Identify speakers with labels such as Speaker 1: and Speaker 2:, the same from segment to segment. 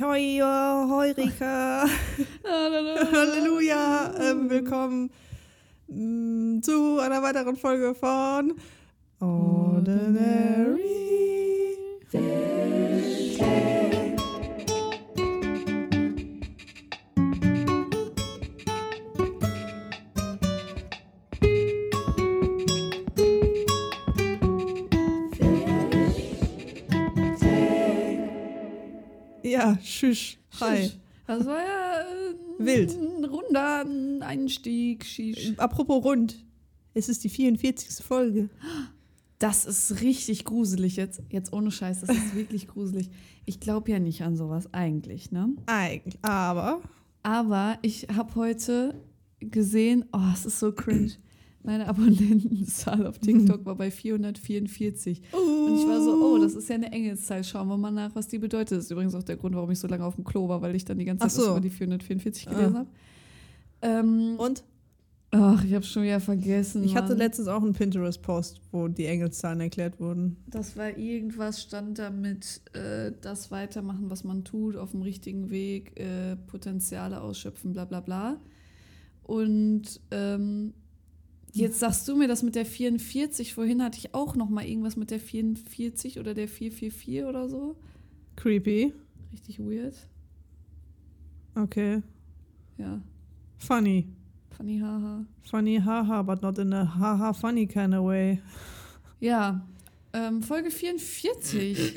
Speaker 1: Hoi, oh, Heurika. Halleluja. Ähm, willkommen mm, zu einer weiteren Folge von Ordinary. Ja, tschüss. Hi.
Speaker 2: Das war ja äh,
Speaker 1: Wild.
Speaker 2: ein runder ein Einstieg. Schisch.
Speaker 1: Äh, Apropos rund. Es ist die 44. Folge.
Speaker 2: Das ist richtig gruselig jetzt. Jetzt ohne Scheiß, das ist wirklich gruselig. Ich glaube ja nicht an sowas eigentlich, ne?
Speaker 1: Eigentlich. Aber
Speaker 2: Aber ich habe heute gesehen, oh, es ist so cringe. Meine Abonnentenzahl auf TikTok war bei 444.
Speaker 1: uh,
Speaker 2: Und ich war so, oh, das ist ja eine Engelszahl. Schauen wir mal nach, was die bedeutet. Das ist übrigens auch der Grund, warum ich so lange auf dem Klo war, weil ich dann die ganze
Speaker 1: Ach
Speaker 2: Zeit was
Speaker 1: so.
Speaker 2: über die 444
Speaker 1: Ah.
Speaker 2: gelesen habe. Ähm,
Speaker 1: Und
Speaker 2: ach, ich habe schon wieder vergessen.
Speaker 1: ich hatte
Speaker 2: Mann.
Speaker 1: letztens auch einen Pinterest-Post, wo die Engelszahlen erklärt wurden.
Speaker 2: Das war irgendwas, stand da mit äh, das weitermachen, was man tut, auf dem richtigen Weg, äh, Potenziale ausschöpfen, bla bla bla. Und ähm,
Speaker 1: Hm.
Speaker 2: jetzt sagst du mir das mit der 44, vorhin hatte ich auch noch mal irgendwas mit der 44 oder der 444 oder so.
Speaker 1: Creepy.
Speaker 2: Richtig weird.
Speaker 1: Okay.
Speaker 2: Ja,
Speaker 1: Funny.
Speaker 2: funny haha.
Speaker 1: Funny haha, but not in a haha funny kind of way.
Speaker 2: Ja, ähm, Folge 44.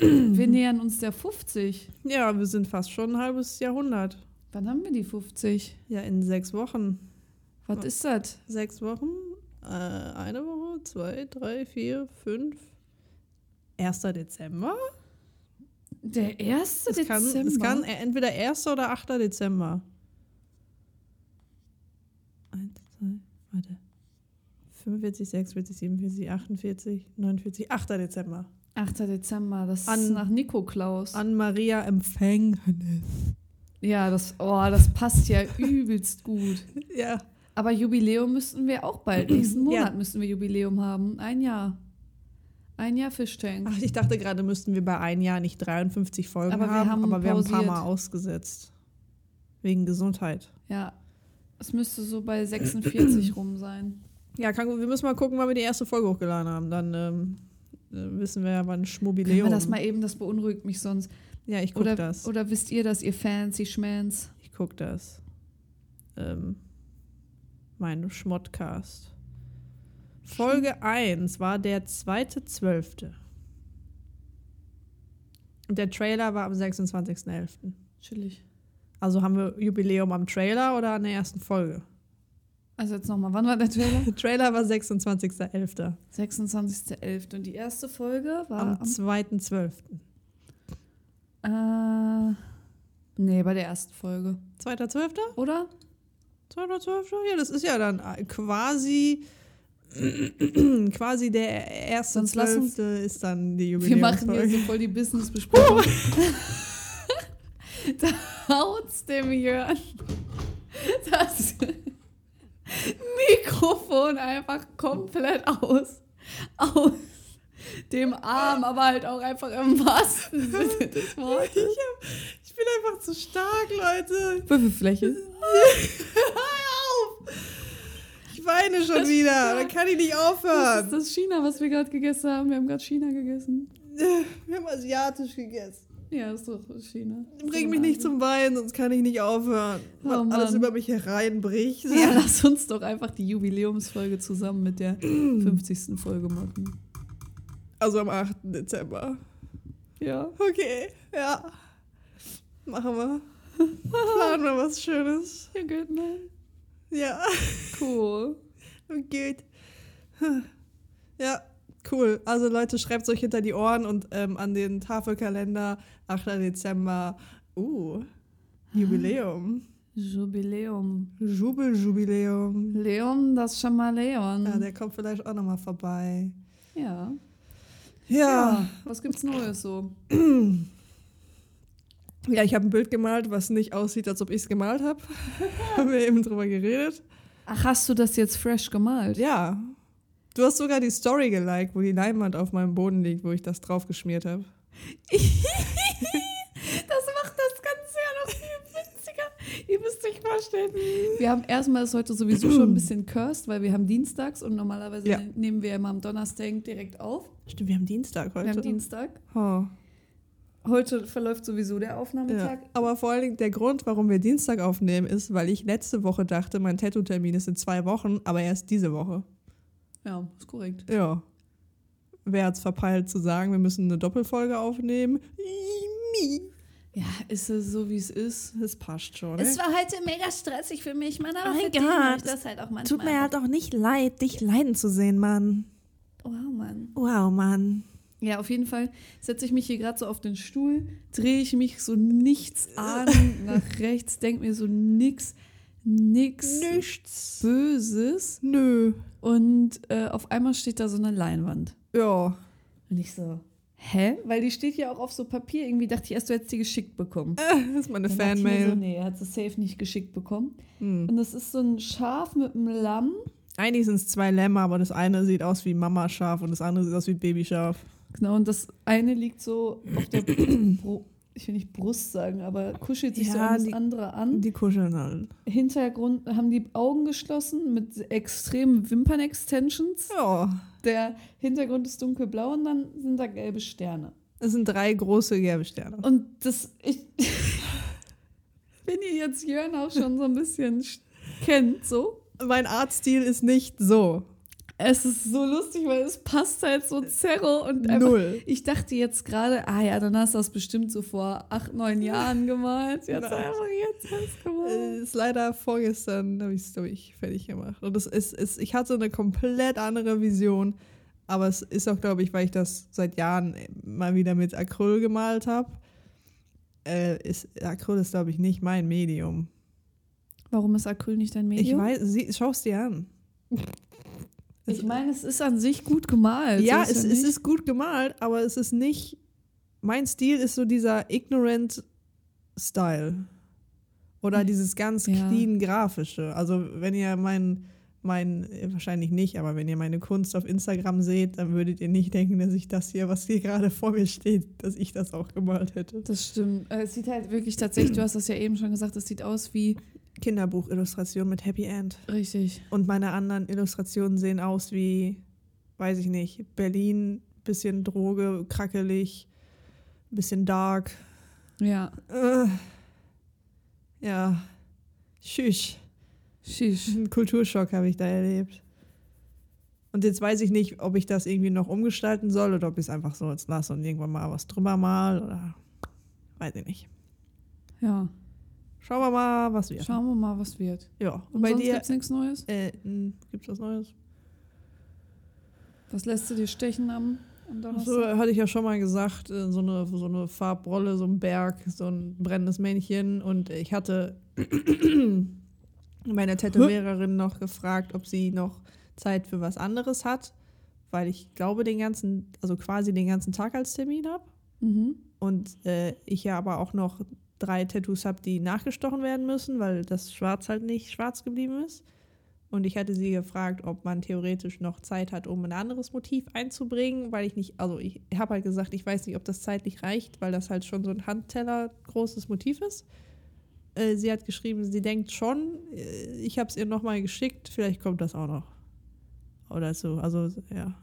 Speaker 2: Wir nähern uns der 50.
Speaker 1: Ja, wir sind fast schon ein halbes Jahrhundert.
Speaker 2: Wann haben wir die 50?
Speaker 1: Ja, in sechs Wochen.
Speaker 2: Was ist das?
Speaker 1: Sechs Wochen? Äh, eine Woche, zwei, drei, vier, fünf. 1. Dezember?
Speaker 2: Der 1.
Speaker 1: Es kann,
Speaker 2: Dezember?
Speaker 1: es kann entweder 1. oder 8. Dezember. Eins, zwei, warte. 45, 46, 47, 48, 49, 8. Dezember.
Speaker 2: 8. Dezember, das ist
Speaker 1: An-
Speaker 2: nach Nikoklaus.
Speaker 1: An Maria Empfängnis.
Speaker 2: Ja, das, oh, das passt ja übelst gut.
Speaker 1: Ja.
Speaker 2: Aber Jubiläum müssten wir auch bald. Nächsten
Speaker 1: Ja.
Speaker 2: Monat müssten wir Jubiläum haben. Ein Jahr. Ein Jahr Fischtank.
Speaker 1: Ach, ich dachte gerade, müssten wir bei einem Jahr nicht 53 Folgen
Speaker 2: Aber wir
Speaker 1: haben,
Speaker 2: haben
Speaker 1: aber wir haben ein paar
Speaker 2: pausiert.
Speaker 1: Mal ausgesetzt. Wegen Gesundheit.
Speaker 2: Ja. Es müsste so bei 46 rum sein.
Speaker 1: Ja, kann, wir müssen mal gucken, wann wir die erste Folge hochgeladen haben. Dann ähm, äh, wissen wir ja, wann
Speaker 2: Können
Speaker 1: Schmobiläum.
Speaker 2: wir das mal eben, das beunruhigt mich sonst.
Speaker 1: ja, ich guck
Speaker 2: Oder,
Speaker 1: das.
Speaker 2: oder wisst ihr das, ihr fancy Schmans?
Speaker 1: Ich guck das. Ähm, mein Schmottcast. Folge 1 war der 2.12. Und der Trailer war am 26.11.
Speaker 2: Chillig.
Speaker 1: Also haben wir Jubiläum am Trailer oder an der ersten Folge?
Speaker 2: Also jetzt nochmal, wann war der Trailer?
Speaker 1: Der Trailer war 26.11.
Speaker 2: 26.11. Und die erste Folge
Speaker 1: Am
Speaker 2: war am
Speaker 1: 2.12.
Speaker 2: Äh, nee, bei der ersten Folge.
Speaker 1: 2.12.?
Speaker 2: Oder?
Speaker 1: 2.12.? Ja, das ist ja dann äh, quasi quasi der erste
Speaker 2: Sonst lass uns-
Speaker 1: Zwölfte ist dann die
Speaker 2: Wir machen hier
Speaker 1: Jubiläumsfolge.
Speaker 2: so voll die Business-Besprechung. da haut's dem Jörn das Mikrofon einfach komplett aus. Aus dem Arm, aber halt auch einfach im wahrsten Sinne des
Speaker 1: Ich,
Speaker 2: Wortes.
Speaker 1: hab, ich bin einfach zu stark, Leute.
Speaker 2: Würfelfläche.
Speaker 1: Hör auf! Ich weine schon wieder. Da kann ich nicht
Speaker 2: Das ist
Speaker 1: aufhören.
Speaker 2: das China, was wir gerade gegessen haben. Wir haben gerade China gegessen.
Speaker 1: Wir haben asiatisch gegessen.
Speaker 2: Ja, ist doch China.
Speaker 1: Bring mich nicht zum Weinen, sonst kann ich nicht aufhören.
Speaker 2: Oh,
Speaker 1: Weil alles
Speaker 2: Mann.
Speaker 1: über mich hereinbricht.
Speaker 2: Ja, lass uns doch einfach die Jubiläumsfolge zusammen mit der 50. Folge machen.
Speaker 1: Also am 8. Dezember.
Speaker 2: Ja.
Speaker 1: Okay, ja. Machen wir. Planen wir was Schönes.
Speaker 2: Ja, gut, ne?
Speaker 1: Ja,
Speaker 2: Cool.
Speaker 1: geht. Ja, cool. Also Leute, schreibt euch hinter die Ohren und ähm, an den Tafelkalender 8. Dezember. Uh, Jubiläum.
Speaker 2: Jubiläum.
Speaker 1: Jubeljubiläum.
Speaker 2: Leon, das Schamaleon.
Speaker 1: Ja, der kommt vielleicht auch nochmal vorbei.
Speaker 2: ja.
Speaker 1: Ja.
Speaker 2: Was gibt's Neues so?
Speaker 1: Ja, ich habe ein Bild gemalt, was nicht aussieht, als ob ich es gemalt habe. Haben wir eben drüber geredet.
Speaker 2: Ach, hast du das jetzt fresh gemalt?
Speaker 1: Ja. Du hast sogar die Story geliked, wo die Leinwand auf meinem Boden liegt, wo ich das draufgeschmiert habe.
Speaker 2: das macht das Ganze
Speaker 1: vorstellen.
Speaker 2: Wir haben erstmal ist heute sowieso schon ein bisschen cursed, weil wir haben dienstags und normalerweise
Speaker 1: Ja.
Speaker 2: ne- nehmen wir immer am Donnerstag direkt auf.
Speaker 1: Stimmt, wir haben Dienstag heute.
Speaker 2: Wir haben Dienstag.
Speaker 1: Oh.
Speaker 2: Heute verläuft sowieso der
Speaker 1: Ja.
Speaker 2: Aufnahmetag.
Speaker 1: Aber vor allen Dingen der Grund, warum wir Dienstag aufnehmen, ist, weil ich letzte Woche dachte, mein Tattoo-Termin ist in zwei Wochen, aber erst diese Woche.
Speaker 2: Ja, ist korrekt.
Speaker 1: Ja. Wer hat's verpeilt zu sagen, wir müssen eine Doppelfolge aufnehmen? Mi.
Speaker 2: Ja, ist es so, wie es ist.
Speaker 1: Das passt schon. ne?
Speaker 2: Es war heute mega stressig für mich, Mann, aber
Speaker 1: Oh
Speaker 2: für
Speaker 1: mein
Speaker 2: dich mache ich
Speaker 1: Gott.
Speaker 2: das halt auch manchmal.
Speaker 1: auch nicht leid, dich leiden zu sehen, Mann.
Speaker 2: Wow, Oh, Mann.
Speaker 1: Wow, Mann.
Speaker 2: Ja, auf jeden Fall setze ich mich hier gerade so auf den Stuhl, drehe ich mich so
Speaker 1: Äh.
Speaker 2: nichts an nach rechts, denke mir so nix, nix
Speaker 1: Nichts.
Speaker 2: Böses.
Speaker 1: Nö.
Speaker 2: Und äh, auf einmal steht da so eine Leinwand.
Speaker 1: Ja.
Speaker 2: Und ich so, hä? Weil die steht ja auch auf so Papier. Irgendwie dachte ich erst, du hättest die geschickt bekommen.
Speaker 1: Das ist meine
Speaker 2: Dann dachte ich mir So,
Speaker 1: Äh, Fanmail.
Speaker 2: nee, er hat sie safe nicht geschickt bekommen.
Speaker 1: Hm.
Speaker 2: Und das ist so ein Schaf mit einem Lamm.
Speaker 1: Eigentlich sind es zwei Lämmer, aber das eine sieht aus wie Mama-Schaf und das andere sieht aus wie Babyschaf.
Speaker 2: Genau, und das eine liegt so auf der, Bru- ich will nicht Brust sagen, aber kuschelt sich so
Speaker 1: Ja,
Speaker 2: an das
Speaker 1: die-
Speaker 2: andere an.
Speaker 1: Die kuscheln halt.
Speaker 2: Hintergrund haben die Augen geschlossen mit extremen Wimpern-Extensions.
Speaker 1: Ja.
Speaker 2: Der Hintergrund ist dunkelblau und dann sind da gelbe Sterne.
Speaker 1: Es sind drei große gelbe Sterne.
Speaker 2: Und das, ich, wenn ihr jetzt Jörn auch schon so ein bisschen sch- kennt, so.
Speaker 1: Mein Artstil ist nicht so.
Speaker 2: Es ist so lustig, weil es passt halt so zerro und einfach.
Speaker 1: Null.
Speaker 2: Ich dachte jetzt gerade, ah ja, dann hast du das bestimmt so vor acht, neun Jahren gemalt. Jetzt
Speaker 1: Nein.
Speaker 2: einfach jetzt hast du gemalt.
Speaker 1: Äh, Ist leider vorgestern, habe ich es, glaube ich, fertig gemacht. Und es ist, ist, ich hatte eine komplett andere Vision. Aber es ist auch, glaube ich, weil ich das seit Jahren mal wieder mit Acryl gemalt habe. Äh, ist, Acryl ist, glaube ich, nicht mein Medium.
Speaker 2: Warum ist Acryl nicht dein Medium?
Speaker 1: Ich weiß, sie, schau es dir an.
Speaker 2: Ich meine, es ist an sich gut gemalt.
Speaker 1: ja,
Speaker 2: so ist
Speaker 1: es,
Speaker 2: ja
Speaker 1: es
Speaker 2: nicht-
Speaker 1: ist gut gemalt, aber es ist nicht. Mein Stil ist so dieser ignorant Style. Oder dieses ganz
Speaker 2: Ja.
Speaker 1: clean grafische. Also, wenn ihr mein, mein, äh, wahrscheinlich nicht, aber wenn ihr meine Kunst auf Instagram seht, dann würdet ihr nicht denken, dass ich das hier, was hier gerade vor mir steht, dass ich das auch gemalt hätte.
Speaker 2: Das stimmt. Äh, Es sieht halt wirklich tatsächlich, du hast das ja eben schon gesagt, es sieht aus wie.
Speaker 1: Kinderbuchillustration mit Happy End.
Speaker 2: Richtig.
Speaker 1: Und meine anderen Illustrationen sehen aus wie, weiß ich nicht, Berlin, bisschen Droge, krackelig, bisschen dark.
Speaker 2: Ja.
Speaker 1: Äh, ja, tschüss.
Speaker 2: Schisch.
Speaker 1: Einen Kulturschock habe ich da erlebt. Und jetzt weiß ich nicht, ob ich das irgendwie noch umgestalten soll oder ob ich es einfach so jetzt lasse und irgendwann mal was drüber mal oder weiß ich nicht.
Speaker 2: Ja.
Speaker 1: Schauen wir mal, was wir.
Speaker 2: Schauen wir mal, was wird.
Speaker 1: Ja, und
Speaker 2: Und
Speaker 1: bei
Speaker 2: sonst
Speaker 1: dir
Speaker 2: gibt's nichts Neues?
Speaker 1: äh, mh, gibt's was Neues?
Speaker 2: Was lässt du dir stechen am, am
Speaker 1: Ach So
Speaker 2: Donnerstag?
Speaker 1: hatte ich ja schon mal gesagt, äh, so eine, so eine Farbrolle, so ein Berg, so ein brennendes Männchen. Und ich hatte meine Tätowiererin noch gefragt, ob sie noch Zeit für was anderes hat, weil ich glaube, den ganzen, also quasi den ganzen Tag als Termin habe.
Speaker 2: Mhm.
Speaker 1: Und äh, ich ja aber auch noch drei Tattoos habe, die nachgestochen werden müssen, weil das Schwarz halt nicht schwarz geblieben ist. Und ich hatte sie gefragt, ob man theoretisch noch Zeit hat, um ein anderes Motiv einzubringen, weil ich nicht, also ich habe halt gesagt, ich weiß nicht, ob das zeitlich reicht, weil das halt schon so ein Handteller großes Motiv ist. Äh, Sie hat geschrieben, sie denkt schon, äh, ich habe es ihr nochmal geschickt, vielleicht kommt das auch noch. Oder so, also ja.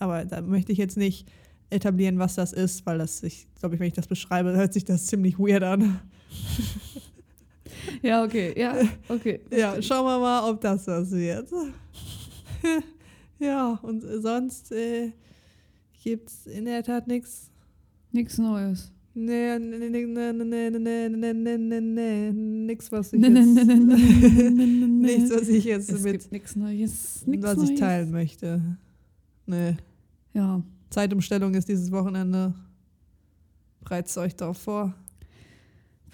Speaker 1: Aber da möchte ich jetzt nicht etablieren, was das ist, weil das, ich glaube, wenn ich das beschreibe, hört sich das ziemlich weird an.
Speaker 2: Ja, okay. Ja, okay.
Speaker 1: Ja, schauen wir mal, ob das was wird. ja, und sonst äh, gibt es in der Tat nichts.
Speaker 2: Nichts Neues.
Speaker 1: Nee, nee, nee, nee, nee, nee, nee, nee, nee, nee, nix, was ich
Speaker 2: Nee, nee, nee, nee, nee, nee,
Speaker 1: jetzt.
Speaker 2: nee, nee, nee.
Speaker 1: Nichts, was ich jetzt
Speaker 2: Es
Speaker 1: mit,
Speaker 2: gibt nichts Neues. Nichts
Speaker 1: was
Speaker 2: Neues.
Speaker 1: ich teilen möchte. Nee.
Speaker 2: Ja.
Speaker 1: Zeitumstellung ist dieses Wochenende. Bereitet euch darauf vor.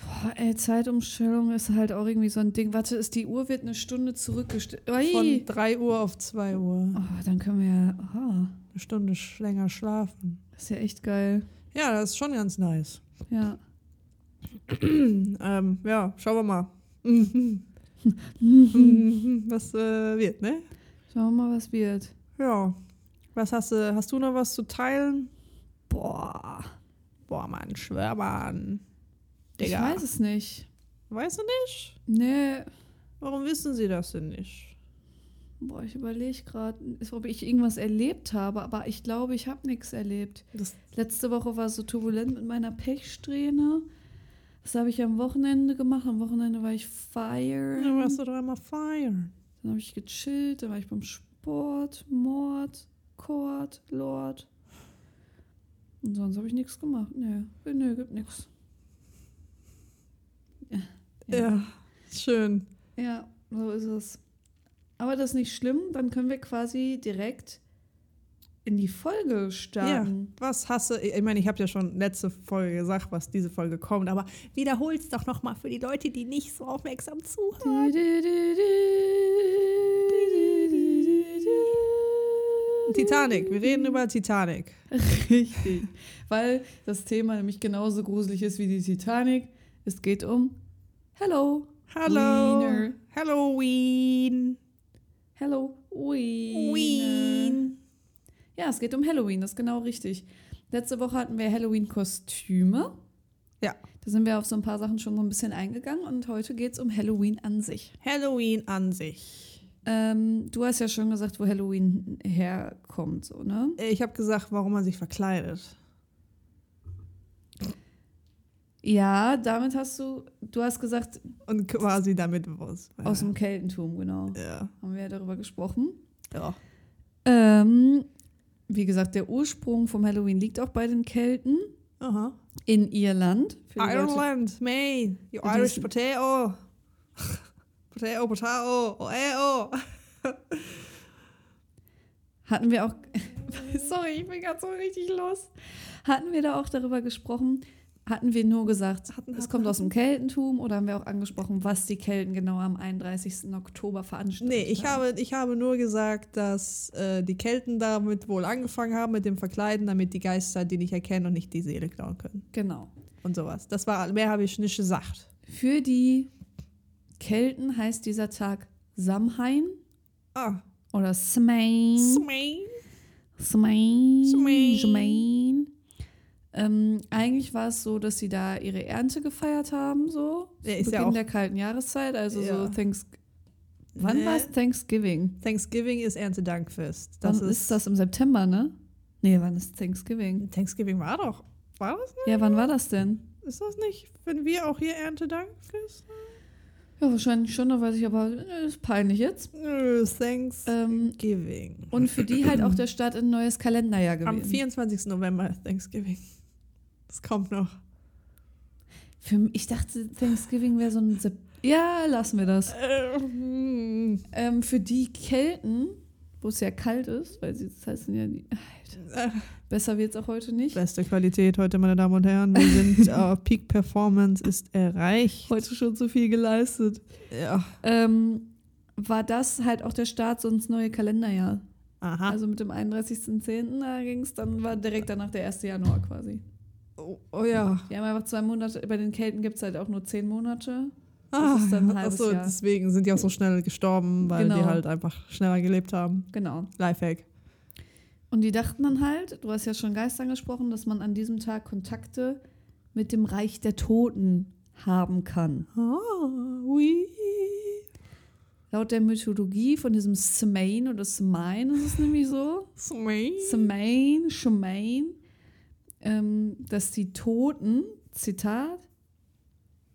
Speaker 2: Boah, ey, Zeitumstellung ist halt auch irgendwie so ein Ding. Warte, ist die Uhr wird eine Stunde zurückgestellt.
Speaker 1: Von 3 Uhr auf 2 Uhr.
Speaker 2: Oh, dann können wir ja. Aha,
Speaker 1: Eine Stunde sch- länger schlafen.
Speaker 2: das ist ja echt geil.
Speaker 1: Ja, das ist schon ganz nice.
Speaker 2: Ja.
Speaker 1: ähm, ja, schauen wir mal. Mhm. Mhm. was äh, wird, ne?
Speaker 2: Schauen wir mal, was wird.
Speaker 1: Ja. Was hast du, hast du noch was zu teilen?
Speaker 2: Boah.
Speaker 1: Boah, Mann, schwör mal an.
Speaker 2: Ich
Speaker 1: Digga.
Speaker 2: weiß es nicht.
Speaker 1: Weißt du nicht?
Speaker 2: Nee,
Speaker 1: Warum wissen Sie das denn nicht?
Speaker 2: Boah, ich überlege gerade, ob ich irgendwas erlebt habe, aber ich glaube, ich habe nichts erlebt.
Speaker 1: Das,
Speaker 2: Letzte Woche war es so turbulent mit meiner Pechsträhne. Das habe ich am Wochenende gemacht. Am Wochenende war ich fire.
Speaker 1: dann warst du doch einmal feiern.
Speaker 2: Dann habe ich gechillt, dann war ich beim Sport, Mord, Chord, Lord. Und sonst habe ich nichts gemacht. Nö, nö, gibt nichts.
Speaker 1: Ja. schön.
Speaker 2: Ja, so ist es. Aber das ist nicht schlimm, dann können wir quasi direkt in die Folge starten.
Speaker 1: Was hasse ich? Ich meine, ich habe ja schon letzte Folge gesagt, was diese Folge kommt, aber wiederhol's doch nochmal für die Leute, die nicht so aufmerksam zuhören.
Speaker 2: Du, du, du, du.
Speaker 1: Titanic, wir reden über Titanic.
Speaker 2: Richtig. Weil das Thema nämlich genauso gruselig ist wie die Titanic. Es geht um Hello.
Speaker 1: Hallo.
Speaker 2: Wiener.
Speaker 1: Halloween.
Speaker 2: Hello. Wiener.
Speaker 1: Wien.
Speaker 2: Ja, es geht um Halloween, das ist genau richtig. Letzte Woche hatten wir Halloween-Kostüme.
Speaker 1: Ja.
Speaker 2: Da sind wir auf so ein paar Sachen schon so ein bisschen eingegangen und heute geht es um Halloween an sich.
Speaker 1: Halloween an sich.
Speaker 2: Ähm, du hast ja schon gesagt, wo Halloween herkommt, so, ne?
Speaker 1: Ich habe gesagt, warum man sich verkleidet.
Speaker 2: Ja, damit hast du, du hast gesagt,
Speaker 1: Und quasi damit was.
Speaker 2: aus dem Keltentum, genau.
Speaker 1: ja.
Speaker 2: Haben wir ja darüber gesprochen.
Speaker 1: ja.
Speaker 2: Ähm, wie gesagt, der Ursprung vom Halloween liegt auch bei den Kelten
Speaker 1: Aha.
Speaker 2: in Irland. Für die Leute-
Speaker 1: Ireland, Maine, you
Speaker 2: Für die
Speaker 1: Irish
Speaker 2: sind-
Speaker 1: potato. potato, potato, oh, eh, oh.
Speaker 2: Hatten wir auch. Sorry, ich bin gerade so richtig los. Hatten wir da auch darüber gesprochen? Hatten wir nur gesagt,
Speaker 1: Hatten,
Speaker 2: es
Speaker 1: hatten,
Speaker 2: kommt aus dem Keltentum oder haben wir auch angesprochen, was die Kelten genau am 31. Oktober veranstalten?
Speaker 1: Nee, ich habe, ich habe nur gesagt, dass äh, die Kelten damit wohl angefangen haben mit dem Verkleiden, damit die Geister die nicht erkennen und nicht die Seele klauen können.
Speaker 2: Genau.
Speaker 1: Und sowas. Das war, mehr habe ich nicht gesagt.
Speaker 2: Für die Kelten heißt dieser Tag Samhain
Speaker 1: Ah,
Speaker 2: oder Smain.
Speaker 1: Smain.
Speaker 2: Smain.
Speaker 1: Smain.
Speaker 2: Smain. Ähm, eigentlich war es so, dass sie da ihre Ernte gefeiert haben, so.
Speaker 1: Ja,
Speaker 2: zu
Speaker 1: ist ja
Speaker 2: Beginn
Speaker 1: auch-
Speaker 2: der kalten Jahreszeit, also
Speaker 1: Ja.
Speaker 2: so Thanks. Wann
Speaker 1: Nee.
Speaker 2: war es Thanksgiving?
Speaker 1: ne? Thanksgiving ist Erntedankfest.
Speaker 2: Dann
Speaker 1: Das
Speaker 2: ist, das im September, ne? Nee, wann ist Thanksgiving?
Speaker 1: Thanksgiving war doch. War das nicht?
Speaker 2: Ja, wann war das denn?
Speaker 1: Ist das nicht, wenn wir auch hier Erntedankfest?
Speaker 2: Ja, wahrscheinlich schon, da weiß ich aber, äh, ist peinlich jetzt.
Speaker 1: Nö, Thanksgiving.
Speaker 2: Ähm, und für die halt auch der Start in ein neues Kalenderjahr
Speaker 1: Am
Speaker 2: gewesen.
Speaker 1: 24. November ist Thanksgiving. Das kommt noch.
Speaker 2: Für, m- ich dachte, Thanksgiving wäre so ein Sep Ja, lassen wir das.
Speaker 1: Ähm,
Speaker 2: Ähm, für die Kelten, wo es ja kalt ist, weil sie das heißen ja die. Alter,
Speaker 1: äh,
Speaker 2: besser wird es auch heute nicht.
Speaker 1: Beste Qualität heute, meine Damen und Herren. Wir sind auf Peak Performance ist erreicht.
Speaker 2: Heute schon zu viel geleistet.
Speaker 1: Ja.
Speaker 2: Ähm, war das halt auch der Start so ins neue Kalenderjahr?
Speaker 1: Aha.
Speaker 2: Also mit dem 31.10. da ging es, dann war direkt danach der 1. Januar quasi.
Speaker 1: oh, oh ja.
Speaker 2: Die haben einfach zwei Monate, bei den Kelten gibt es halt auch nur zehn Monate.
Speaker 1: Ah,
Speaker 2: Das ist dann ein halbes
Speaker 1: achso,
Speaker 2: Jahr.
Speaker 1: deswegen sind die auch so schnell gestorben, weil die
Speaker 2: Genau.
Speaker 1: halt einfach schneller gelebt haben.
Speaker 2: Genau.
Speaker 1: Lifehack.
Speaker 2: Und die dachten dann halt, du hast ja schon Geist angesprochen, dass man an diesem Tag Kontakte mit dem Reich der Toten haben kann.
Speaker 1: Ah, oui.
Speaker 2: Laut der Mythologie von diesem Smain oder Smain ist es nämlich so.
Speaker 1: Sweet.
Speaker 2: Smain, Schmain, ähm, dass die Toten, Zitat,